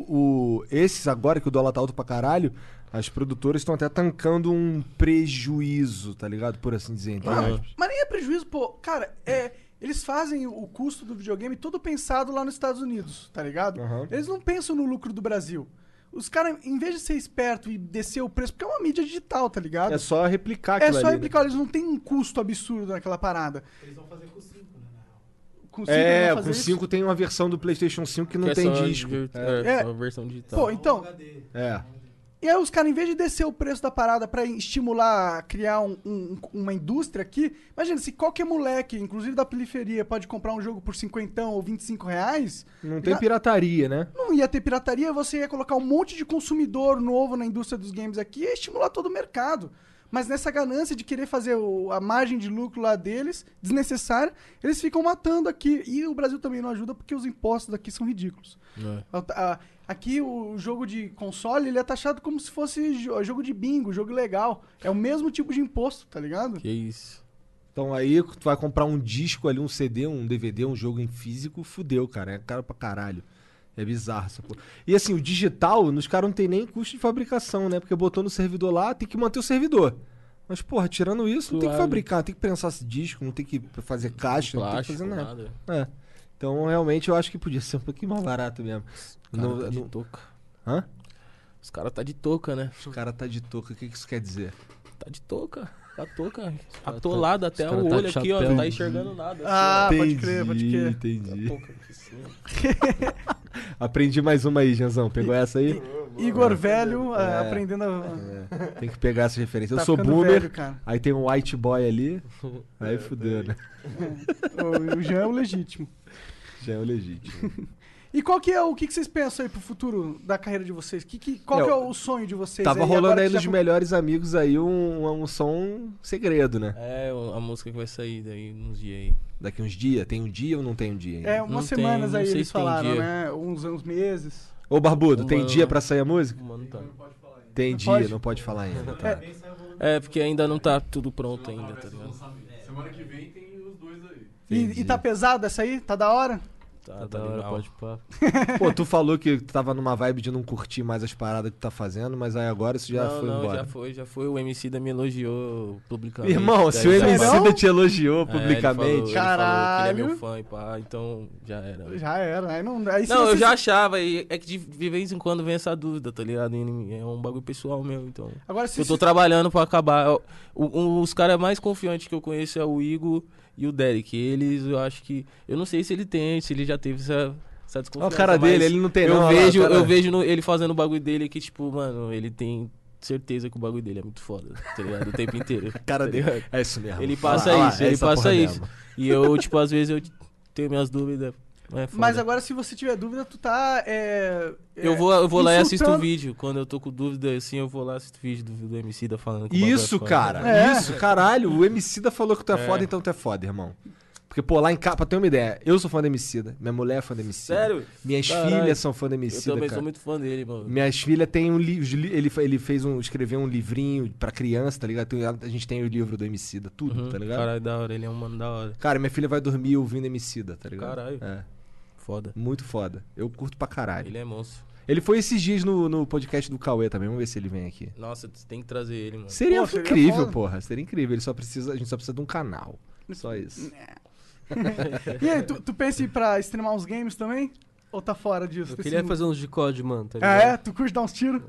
o- esses agora que o dólar tá alto pra caralho, as produtoras estão até tancando um prejuízo, tá ligado? Por assim dizer. Então, Mano, mas nem é prejuízo, pô. Cara, é. Eles fazem o custo do videogame todo pensado lá nos Estados Unidos, tá Ah. ligado? Eles não pensam no lucro do Brasil. Os caras, em vez de ser esperto e descer o preço, porque é uma mídia digital, tá ligado? É só replicar É aquilo só ali, né? replicar, eles não têm um custo absurdo naquela parada. Eles vão Né? fazer É, com 5, né? com Com 5 5 tem uma versão do PlayStation 5 que não Que é tem só disco. vir- É. É, É. só a versão digital. Pô, então, É. E aí os caras, em vez de descer o preço da parada pra estimular, criar um- um- uma indústria aqui, imagina, se qualquer moleque, inclusive da periferia, pode comprar um jogo por 50 ou 25 reais, Não tem Já- pirataria, né? não ia ter pirataria, você ia colocar um monte de consumidor novo na indústria dos games aqui e ia estimular todo o mercado. Mas nessa ganância de querer fazer o- a margem de lucro lá deles, desnecessária, eles ficam matando aqui. E o Brasil também não ajuda porque os impostos daqui são ridículos. É. A- a- Aqui o jogo de console ele é taxado como se fosse jo- jogo de bingo, jogo legal. É o mesmo tipo de imposto, tá ligado? Que isso. Então aí tu vai comprar um disco ali, um CD, um DVD, um jogo em físico, fudeu, cara. É caro pra caralho. É bizarro essa porra. E assim, o digital, nos caras não tem nem custo de fabricação, né? Porque botou no servidor lá, tem que manter o servidor. Mas, porra, tirando isso, não tem que Suave. fabricar, não tem que prensar esse disco, não tem que fazer caixa, não tem que Plástico, fazer nada. nada. É. Então, realmente, eu acho que podia ser um pouquinho mais barato mesmo. Não- tá de não- touca. Hã? Os caras tá de touca, né? O cara tá de touca, o que que isso quer dizer? Tá de touca. Tá touca. Atolado até os cara o tá olho de aqui, ó. chapéu. Não tá enxergando nada. Ah, entendi, pode crer, pode crer. Tá Entendi. Touca aqui, sim. Aprendi mais uma aí, Janzão. Pegou essa aí? Igor Velho ah, É. aprendendo a. Tem que pegar essa referência. tá eu sou ficando boomer, velho, cara. aí tem um white boy ali. Aí É, fudeu, né? O, o Jean é o legítimo. Já é o legítimo. E qual que é o que, que vocês pensam aí pro futuro da carreira de vocês? Que, que, qual É, que é o- o sonho de vocês? Tava aí, rolando agora aí que já nos com- melhores amigos aí um, um som segredo, né? É, o- a música que vai sair daí nos dias aí. Daqui uns dias. Tem um dia ou não tem um dia? ainda? É, umas Não tem, semanas não aí sei eles se tem falaram, dia. né? Uns anos, meses. Ô, Barbudo, tem Uma- dia pra sair a música? Mano, tá. Tem dia, pode. não pode falar ainda. tá? É, porque ainda não tá tudo pronto ainda, tá ligado? E, e tá pesado essa aí? Tá da hora? Tá, Tá tá, da hora, legal. pode pá. Pô, tu falou que tu tava numa vibe de não curtir mais as paradas que tu tá fazendo, mas aí agora isso já não, foi não, embora. já foi, já foi. O MC da me elogiou publicamente. Irmão, Daí se o já- MC Emicida Sério? te elogiou É, ele falou- ele publicamente... falou que ele é Caralho. meu fã e pá, então já era. Já era. né? Aí não, aí se Não, eu vocês- já achava, e é que de, de vez em quando vem essa dúvida, tá ligado? E nem- É um bagulho pessoal meu, então. Agora se Eu tô se- trabalhando pra acabar. Eu- o- um- os caras mais confiantes que eu conheço é o Igor e o Derek. Eles, eu acho que. Eu não sei se ele tem, se ele já teve essa, essa Olha desconfiança. o cara dele, mas ele não tem eu não, olha lá, tá vejo, cara. eu vejo no- ele fazendo o bagulho dele que, tipo, mano, ele tem certeza que o bagulho dele é muito foda, tá ligado? O tempo inteiro. cara tá dele. ligado? É isso mesmo. Ele Fala, passa olha lá, isso, é ele essa passa porra isso. mesmo. E eu, tipo, às vezes eu tenho minhas dúvidas. mas é foda. Mas agora se você tiver dúvida, tu tá. é, é, Eu vou, eu vou lá e assisto o insultando- vídeo. Quando eu tô com dúvida, assim, eu vou lá e assisto o vídeo do, do MC da falando que o bagulho é Isso, foda. cara. É. Isso, caralho. O Emicida falou que tu é, foda, então tu é foda, irmão. Porque, pô, lá em casa, pra ter uma ideia, eu sou fã do Emicida, minha mulher é fã do Emicida. Sério? Minhas Caralho. filhas são fã do Eu Emicida, também cara. sou muito fã dele, mano. Minhas filhas têm um livro. Ele, fa- ele fez um. escreveu um livrinho pra criança, tá ligado? Tem- A gente tem o livro do Emicida, tudo, Uhum, tá ligado? Caralho, da hora, ele é um mano da hora. Cara, minha filha vai dormir ouvindo Emicida, tá ligado? Caralho. É, Foda. muito foda. Eu curto pra caralho. Ele é monstro. Ele foi esses dias no, no podcast do Cauê também, vamos ver se ele vem aqui. Nossa, tu tem que trazer ele, mano. Seria Pô, seria incrível, foda. porra. Seria incrível. Ele só precisa, a gente só precisa de um canal. Só isso. E aí, tu, tu pensa em ir pra streamar uns games também? Ou tá fora disso? Eu Desse queria mundo? fazer uns de COD, mano, um tá Ah, ligado? é? Tu curte dar uns tiros?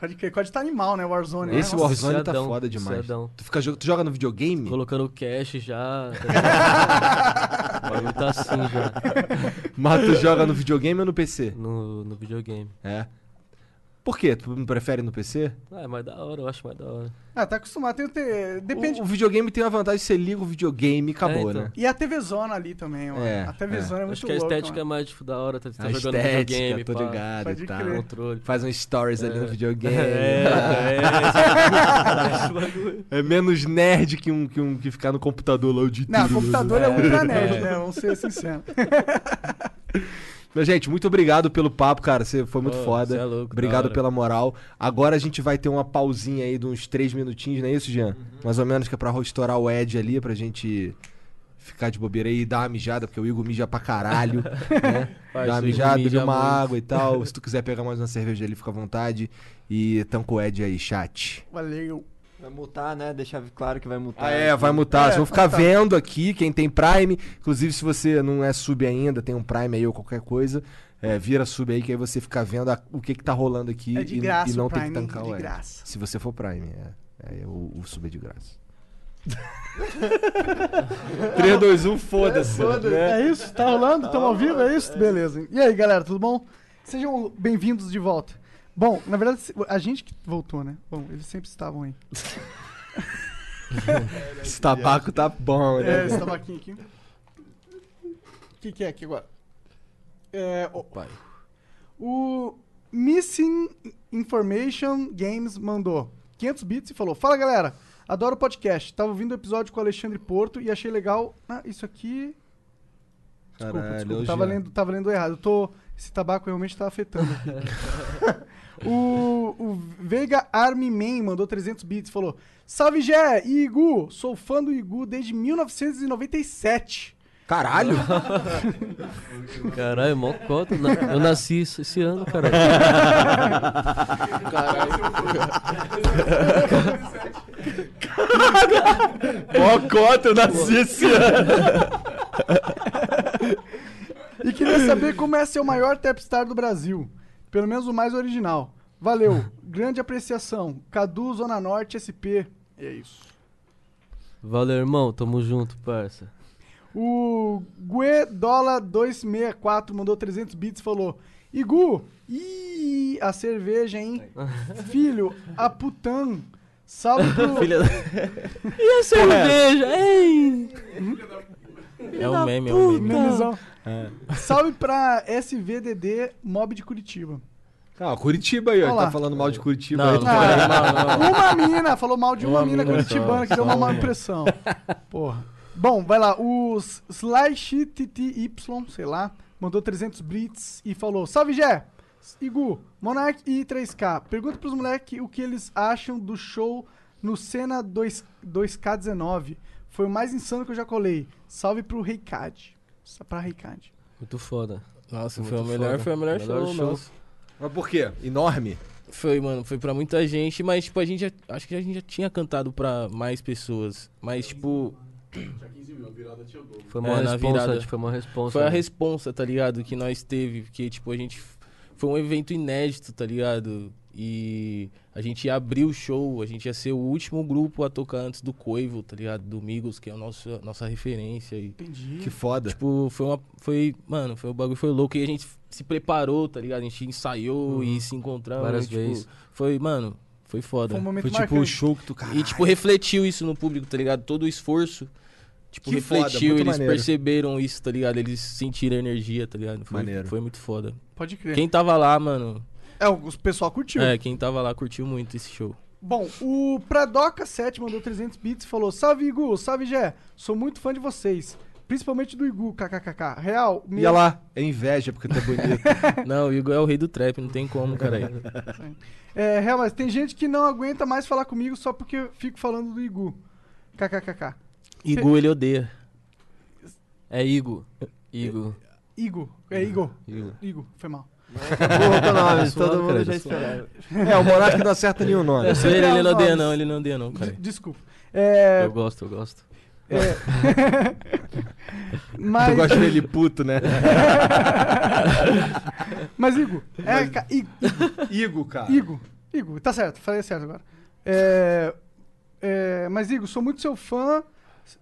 Pode crer, COD tá animal, né? Warzone. Esse né? Nossa, Warzone tá viciadão, foda demais. viciadão. Tu, fica, jo- tu joga no videogame? Colocando o cash já. tá ligado? o bagulho tá assim já. Mas tu joga no videogame ou no PC? No, no videogame. É. Por quê? Tu me prefere no PC? Ah, é mais da hora, eu acho mais da hora. Ah, tá acostumado. Tem, tem, depende. O, o videogame tem a vantagem, você liga o videogame e acabou, É, então. né? E a TV Zona ali também, mano. É, a TV é. Zona é muito acho que a louca, estética é mano. mais, tipo, da hora, tá, tá a jogando estética, videogame, tô pá, ligado Pode e tal. crer. controle. Faz um stories ali no videogame. É, É menos nerd que um que, um, que ficar no computador lá o dia Não, inteiro. computador é ultra nerd, né? Vamos ser sinceros. Mas, gente, muito obrigado pelo papo, cara. Você foi muito Pô, foda. cê é louco, da obrigado hora. pela moral. Agora a gente vai ter uma pausinha aí de uns três minutinhos, não é isso, Uhum. Jean? Mais ou menos que é pra estourar o Ed ali, pra gente ficar de bobeira aí e dar uma mijada, porque o Igor mija pra caralho. né? Faz, Dá uma o Igor mijada, mija beber uma muito. água e tal. Se tu quiser pegar mais uma cerveja ali, fica à vontade. E tamo com o Ed aí, chat. Valeu. Vai multar, né? Deixar claro que vai multar. Ah, é, vai mutar. É, Vocês vão ficar vai vendo aqui, quem tem Prime. Inclusive, se você não é sub ainda, tem um Prime aí ou qualquer coisa, é, vira sub aí, que aí você fica vendo a- o que, que tá rolando aqui É de e- graça e, não o Prime, é tem que tancar de o Ed. graça. Se você for Prime, é. É, o, o sub é de graça. 3, 2, 1, foda-se. né? É isso? Tá rolando? Estamos ao vivo? É isso? Beleza. E aí, galera, tudo bom? Sejam bem-vindos de volta. Bom, na verdade, se- a gente que voltou, né? Bom, eles sempre estavam aí. Esse tabaco tá bom, É, né? esse tabaquinho aqui. O que, que é aqui agora? É, o, Pai. o Missing Information Games mandou 500 bits e falou: Fala galera, adoro o podcast. Tava ouvindo o episódio com o Alexandre Porto e achei legal. Ah, isso aqui. Desculpa, Caralho, desculpa. hoje Tava é. lendo, tava lendo errado. Eu tô, esse tabaco realmente tá afetando aqui. O, o Veiga Army Man mandou 300 bits e falou: Salve Gé, e Igu, sou fã do Igu desde 1997. Caralho! Caralho, mó cota. Na- Eu nasci esse esse ano, cara. Mó cota, eu nasci esse ano. E queria saber como é ser o maior tapstar do Brasil. Pelo menos o mais original. Valeu. Grande apreciação. Cadu, Zona Norte, SP. E é isso. Valeu, irmão. Tamo junto, parça. O Guedola264 mandou 300 bits e falou: Igu, ih, a cerveja, hein? Filho, a putan. Salve pro. Filha da... E a cerveja, hein? É um meme, é um meme. Memezão. Salve pra SVDD Mob de Curitiba. Ah, Curitiba aí, ó. Olha Tá lá. falando mal de Curitiba Não, aí. não, tá- não, não, não. Ah, Uma mina, falou mal de uma, Uma mina mina curitibana só, que deu uma só má uma. impressão. Porra. Bom, vai lá. O SlyXTTY, sei lá, mandou 300 blitz e falou: Salve, Gé! Igu, Monark e 3K. Pergunta pros moleques o que eles acham do show no Cena 2, 2K19. Foi o mais insano que eu já colei. Salve pro Reikad. Sa- Pra Reikad. Muito foda. Nossa, Muito foi o melhor, foda. foi o melhor, Melhor show, show. nosso. Mas por quê? Enorme? Foi, mano, foi pra muita gente, mas, tipo, a gente já, acho que a gente já tinha cantado pra mais pessoas. Mas, tipo, Foi É, uma na responsa, virada. tipo, foi uma responsa. foi a né? responsa, tá ligado? Que nós teve, porque, tipo, a gente. f- Foi um evento inédito, tá ligado? E a gente ia abrir o show, a gente ia ser o último grupo a tocar antes do Coivo, tá ligado? Do Migos, que é a nossa, nossa referência. E, Que foda. tipo, foi uma. Foi. Mano, foi o bagulho foi louco. E a gente se preparou, tá ligado? A gente ensaiou Uhum. e se encontramos. Várias e, tipo, vezes. Foi, mano, foi foda. Foi um momento Foi tipo marcante. um show que tu cara. E, tipo, refletiu isso no público, tá ligado? Todo o esforço. Tipo, Que foda, refletiu, muito eles maneiro. perceberam isso, tá ligado? Eles sentiram a energia, tá ligado? Foi, Maneiro. foi muito foda. Pode crer. Quem tava lá, mano. É, o pessoal curtiu. É, quem tava lá curtiu muito esse show. Bom, o Pradoca7 mandou 300 bits e falou: Salve Igu, salve Gé, sou muito fã de vocês, principalmente do Igu, kkkk. Real, E olha lá, é inveja porque tu é bonito. Não, o Igor é o rei do trap, não tem como, caralho. É, real, mas tem gente que não aguenta mais falar comigo só porque eu fico falando do Igu, kkkk. Igor, ele odeia. É Igo. Igo. Igu, é Igor, Igo. Igu, foi mal. Outro nome, suave, todo mundo cara, já tá esperava. é, o Monark não acerta nenhum nome. Ele, é ele os não odeia, nomes. não, ele não odeia, não, De- cara. desculpa. É, Eu gosto, eu gosto. Tu mas, gosta dele puto, né? mas Igu, é, ca- I- Igo, cara. Igo, Igo, tá certo, falei certo agora. É, é, mas Igo, sou muito seu fã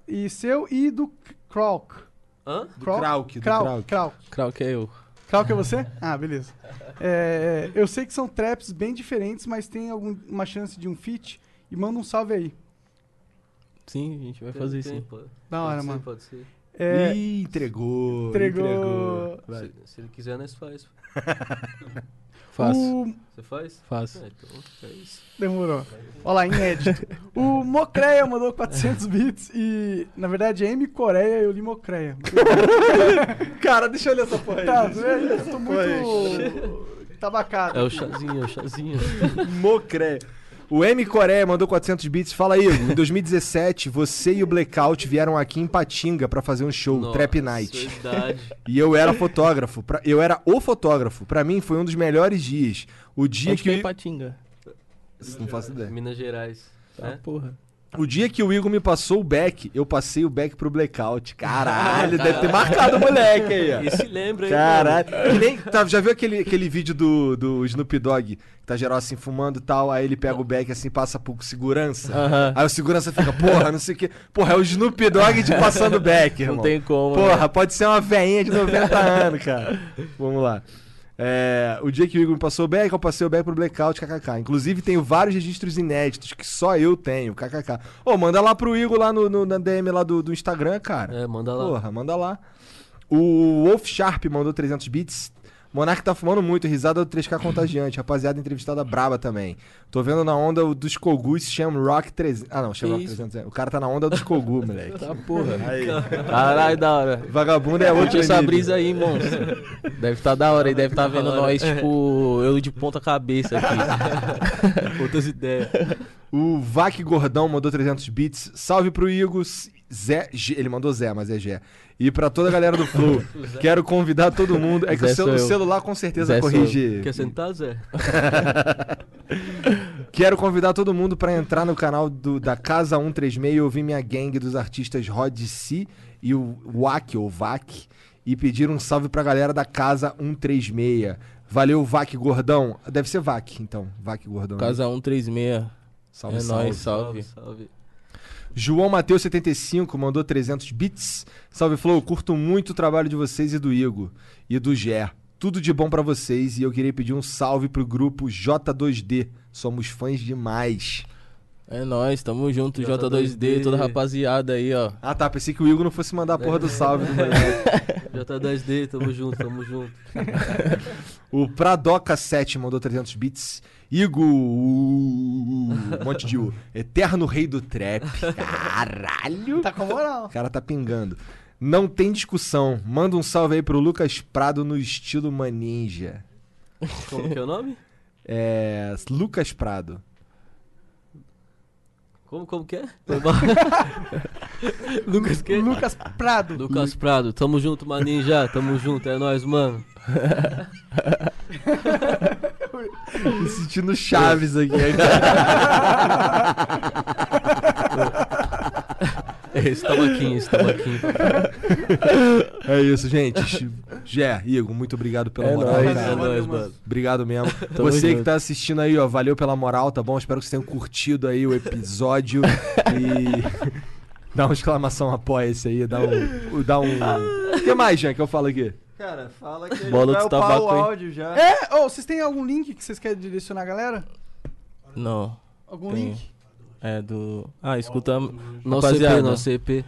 e seu e do Krauk. Hã? Do Krau- Krauk, do Krauk, Krauk. Krauk. Crau que é eu. Krauk é você? Ah, beleza. É, eu sei que são traps bem diferentes, mas tem alguma chance de um feat? E manda um salve aí. Sim, a gente vai fazer Tem- tem, sim. pode- Da hora, pode ser, mano. Pode ser. É, Ih, entregou. Entregou. Vai. né? Se, se ele quiser, nós faz. Faço, o... Você faz? faço. É, então, é isso. Demorou. Olha lá, inédito. o Mocreia mandou 400 bits e, na verdade, é M Coreia eu li Mocreia. Cara, deixa eu olhar essa porra aí. Tá, eu tô muito tabacado. É o chazinho, é o chazinho. Mocré. O M Coreia mandou 400 bits. Fala aí, Igor, em 2017, você e o Blackout vieram aqui em Patinga pra fazer um show, Trap Night. Verdade. E eu era fotógrafo. pra- eu era o fotógrafo. Pra mim foi um dos melhores dias. O dia Onde que é que. Patinga? Eu... Não faço ideia. Minas Gerais. Tá, né? porra. O dia que o Igor me passou o back, eu passei o back pro blackout. Caralho, deve ter marcado o moleque aí, ó. E se lembra, hein? É. Caralho. Que nem- tá, já viu aquele, aquele vídeo do, do Snoop Dogg? Que tá geral assim fumando e tal, aí ele pega o back assim, passa pro segurança. Aham. Aí o segurança fica, porra, não sei o quê. Porra, é o Snoop Dogg de passando back, irmão. Não tem como. né? Porra, pode ser uma veinha de 90 anos, cara. Vamos lá. É, o dia que o Igor me passou o back, eu passei o back pro blackout, kkk. Inclusive, tenho vários registros inéditos que só eu tenho, kkk. Ô, manda lá pro Igor lá no, no- na DM lá do, do Instagram, né? cara. É, manda lá. Porra, manda lá. O Wolf Sharp mandou 300 bits. Monark tá fumando muito, risada do 3K contagiante. Rapaziada entrevistada braba também. Tô vendo na onda o dos Kogus, Shamrock 300. Ah, não, Shamrock isso? 300. é. O cara tá na onda dos Kogu, moleque. Tá, porra. Caralho, da hora. Vagabundo é outro Curte essa nível. brisa aí, monstro. Deve tá da hora e deve tá vendo nós, tipo, eu de ponta cabeça aqui. Outras ideias. O Vac Gordão mandou 300 bits. Salve pro Igor. Zé, G- ele mandou Zé, mas é Gé. E pra toda a galera do Flow, quero convidar todo mundo. É que Zé o, cel- sou o eu. celular com certeza Zé sou corrige. Quer sentar, Zé? Quero convidar todo mundo pra entrar no canal do- da Casa 136 e ouvir minha gangue dos artistas Rod C e o Wack, ou Vac. e pedir um salve pra galera da Casa 136. Valeu, Vac Gordão. Deve ser Vac, então. Vac Gordão. né? Casa 136. Salve, é salve. nóis, salve. Salve. João Mateus 75 mandou 300 bits. Salve Flow, curto muito o trabalho de vocês e do Igor e do Gé. Tudo de bom pra vocês e eu queria pedir um salve pro grupo J2D. Somos fãs demais. É nóis, tamo junto, J2D, J2D, toda a rapaziada aí, ó. Ah tá, pensei que o Igor não fosse mandar a porra do salve. do moleque. Já tá 10D, tamo junto, tamo junto. o Pradoca 7 mandou 300 bits. Igor, um monte de U. Eterno rei do trap. Caralho. Tá com moral. O cara tá pingando. Não tem discussão. Manda um salve aí pro Lucas Prado no estilo Maninja. Como que é o nome? É. Lucas Prado. Como, como que é? Foi mal. Lucas que? Lucas Prado. Lucas Prado, tamo junto, Maninja, tamo junto, é nóis, mano. Me sentindo Chaves aqui. cara. É esse tabaquinho, esse tabaquinho. é isso, gente. Gé, Igor, muito obrigado pela É moral, nóis, cara. é nóis, mano. Obrigado mesmo. Você que tá assistindo aí, ó, valeu pela moral, tá bom? Espero que vocês tenham curtido aí o episódio e dá uma exclamação apoia esse aí, dá um, dá um. O que mais, Jean, que eu falo aqui? Cara, fala que ele Bola vai de upar tabaco, o hein? áudio já. É, ô, vocês têm algum link que vocês querem direcionar a galera? Não, Algum Tenho. link? é do... Ah, escuta... Nosso Rapaziada. EP, nosso EP.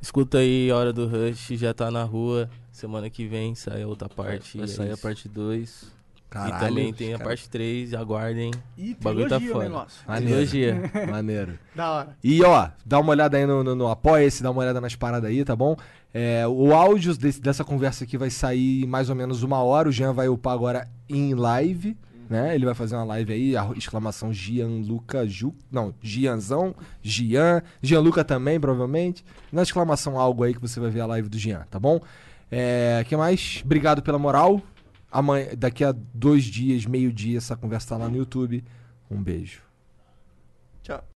Escuta aí, Hora do Rush, já tá na rua. Semana que vem sai a outra parte. Vai e é sair a isso. parte 2. E também tem a cara. parte 3, aguardem. Ih, bagulho tá trilogia o foda. negócio. Maneiro, Trilogia. maneiro. Da hora. E ó, dá uma olhada aí no, no, no Apoia-se, dá uma olhada nas paradas aí, tá bom? É, o áudio desse- dessa conversa aqui vai sair em mais ou menos uma hora. O Jean vai upar agora em live, né? Ele vai fazer uma live aí, a- exclamação Gianluca Ju. Não, Gianzão, Gian, Gianluca também, provavelmente. Na exclamação algo aí que você vai ver a live do Gian, tá bom? É, que mais? Obrigado pela moral. Amanhã, daqui a dois dias, meio-dia, essa conversa tá lá no YouTube. Um beijo. Tchau.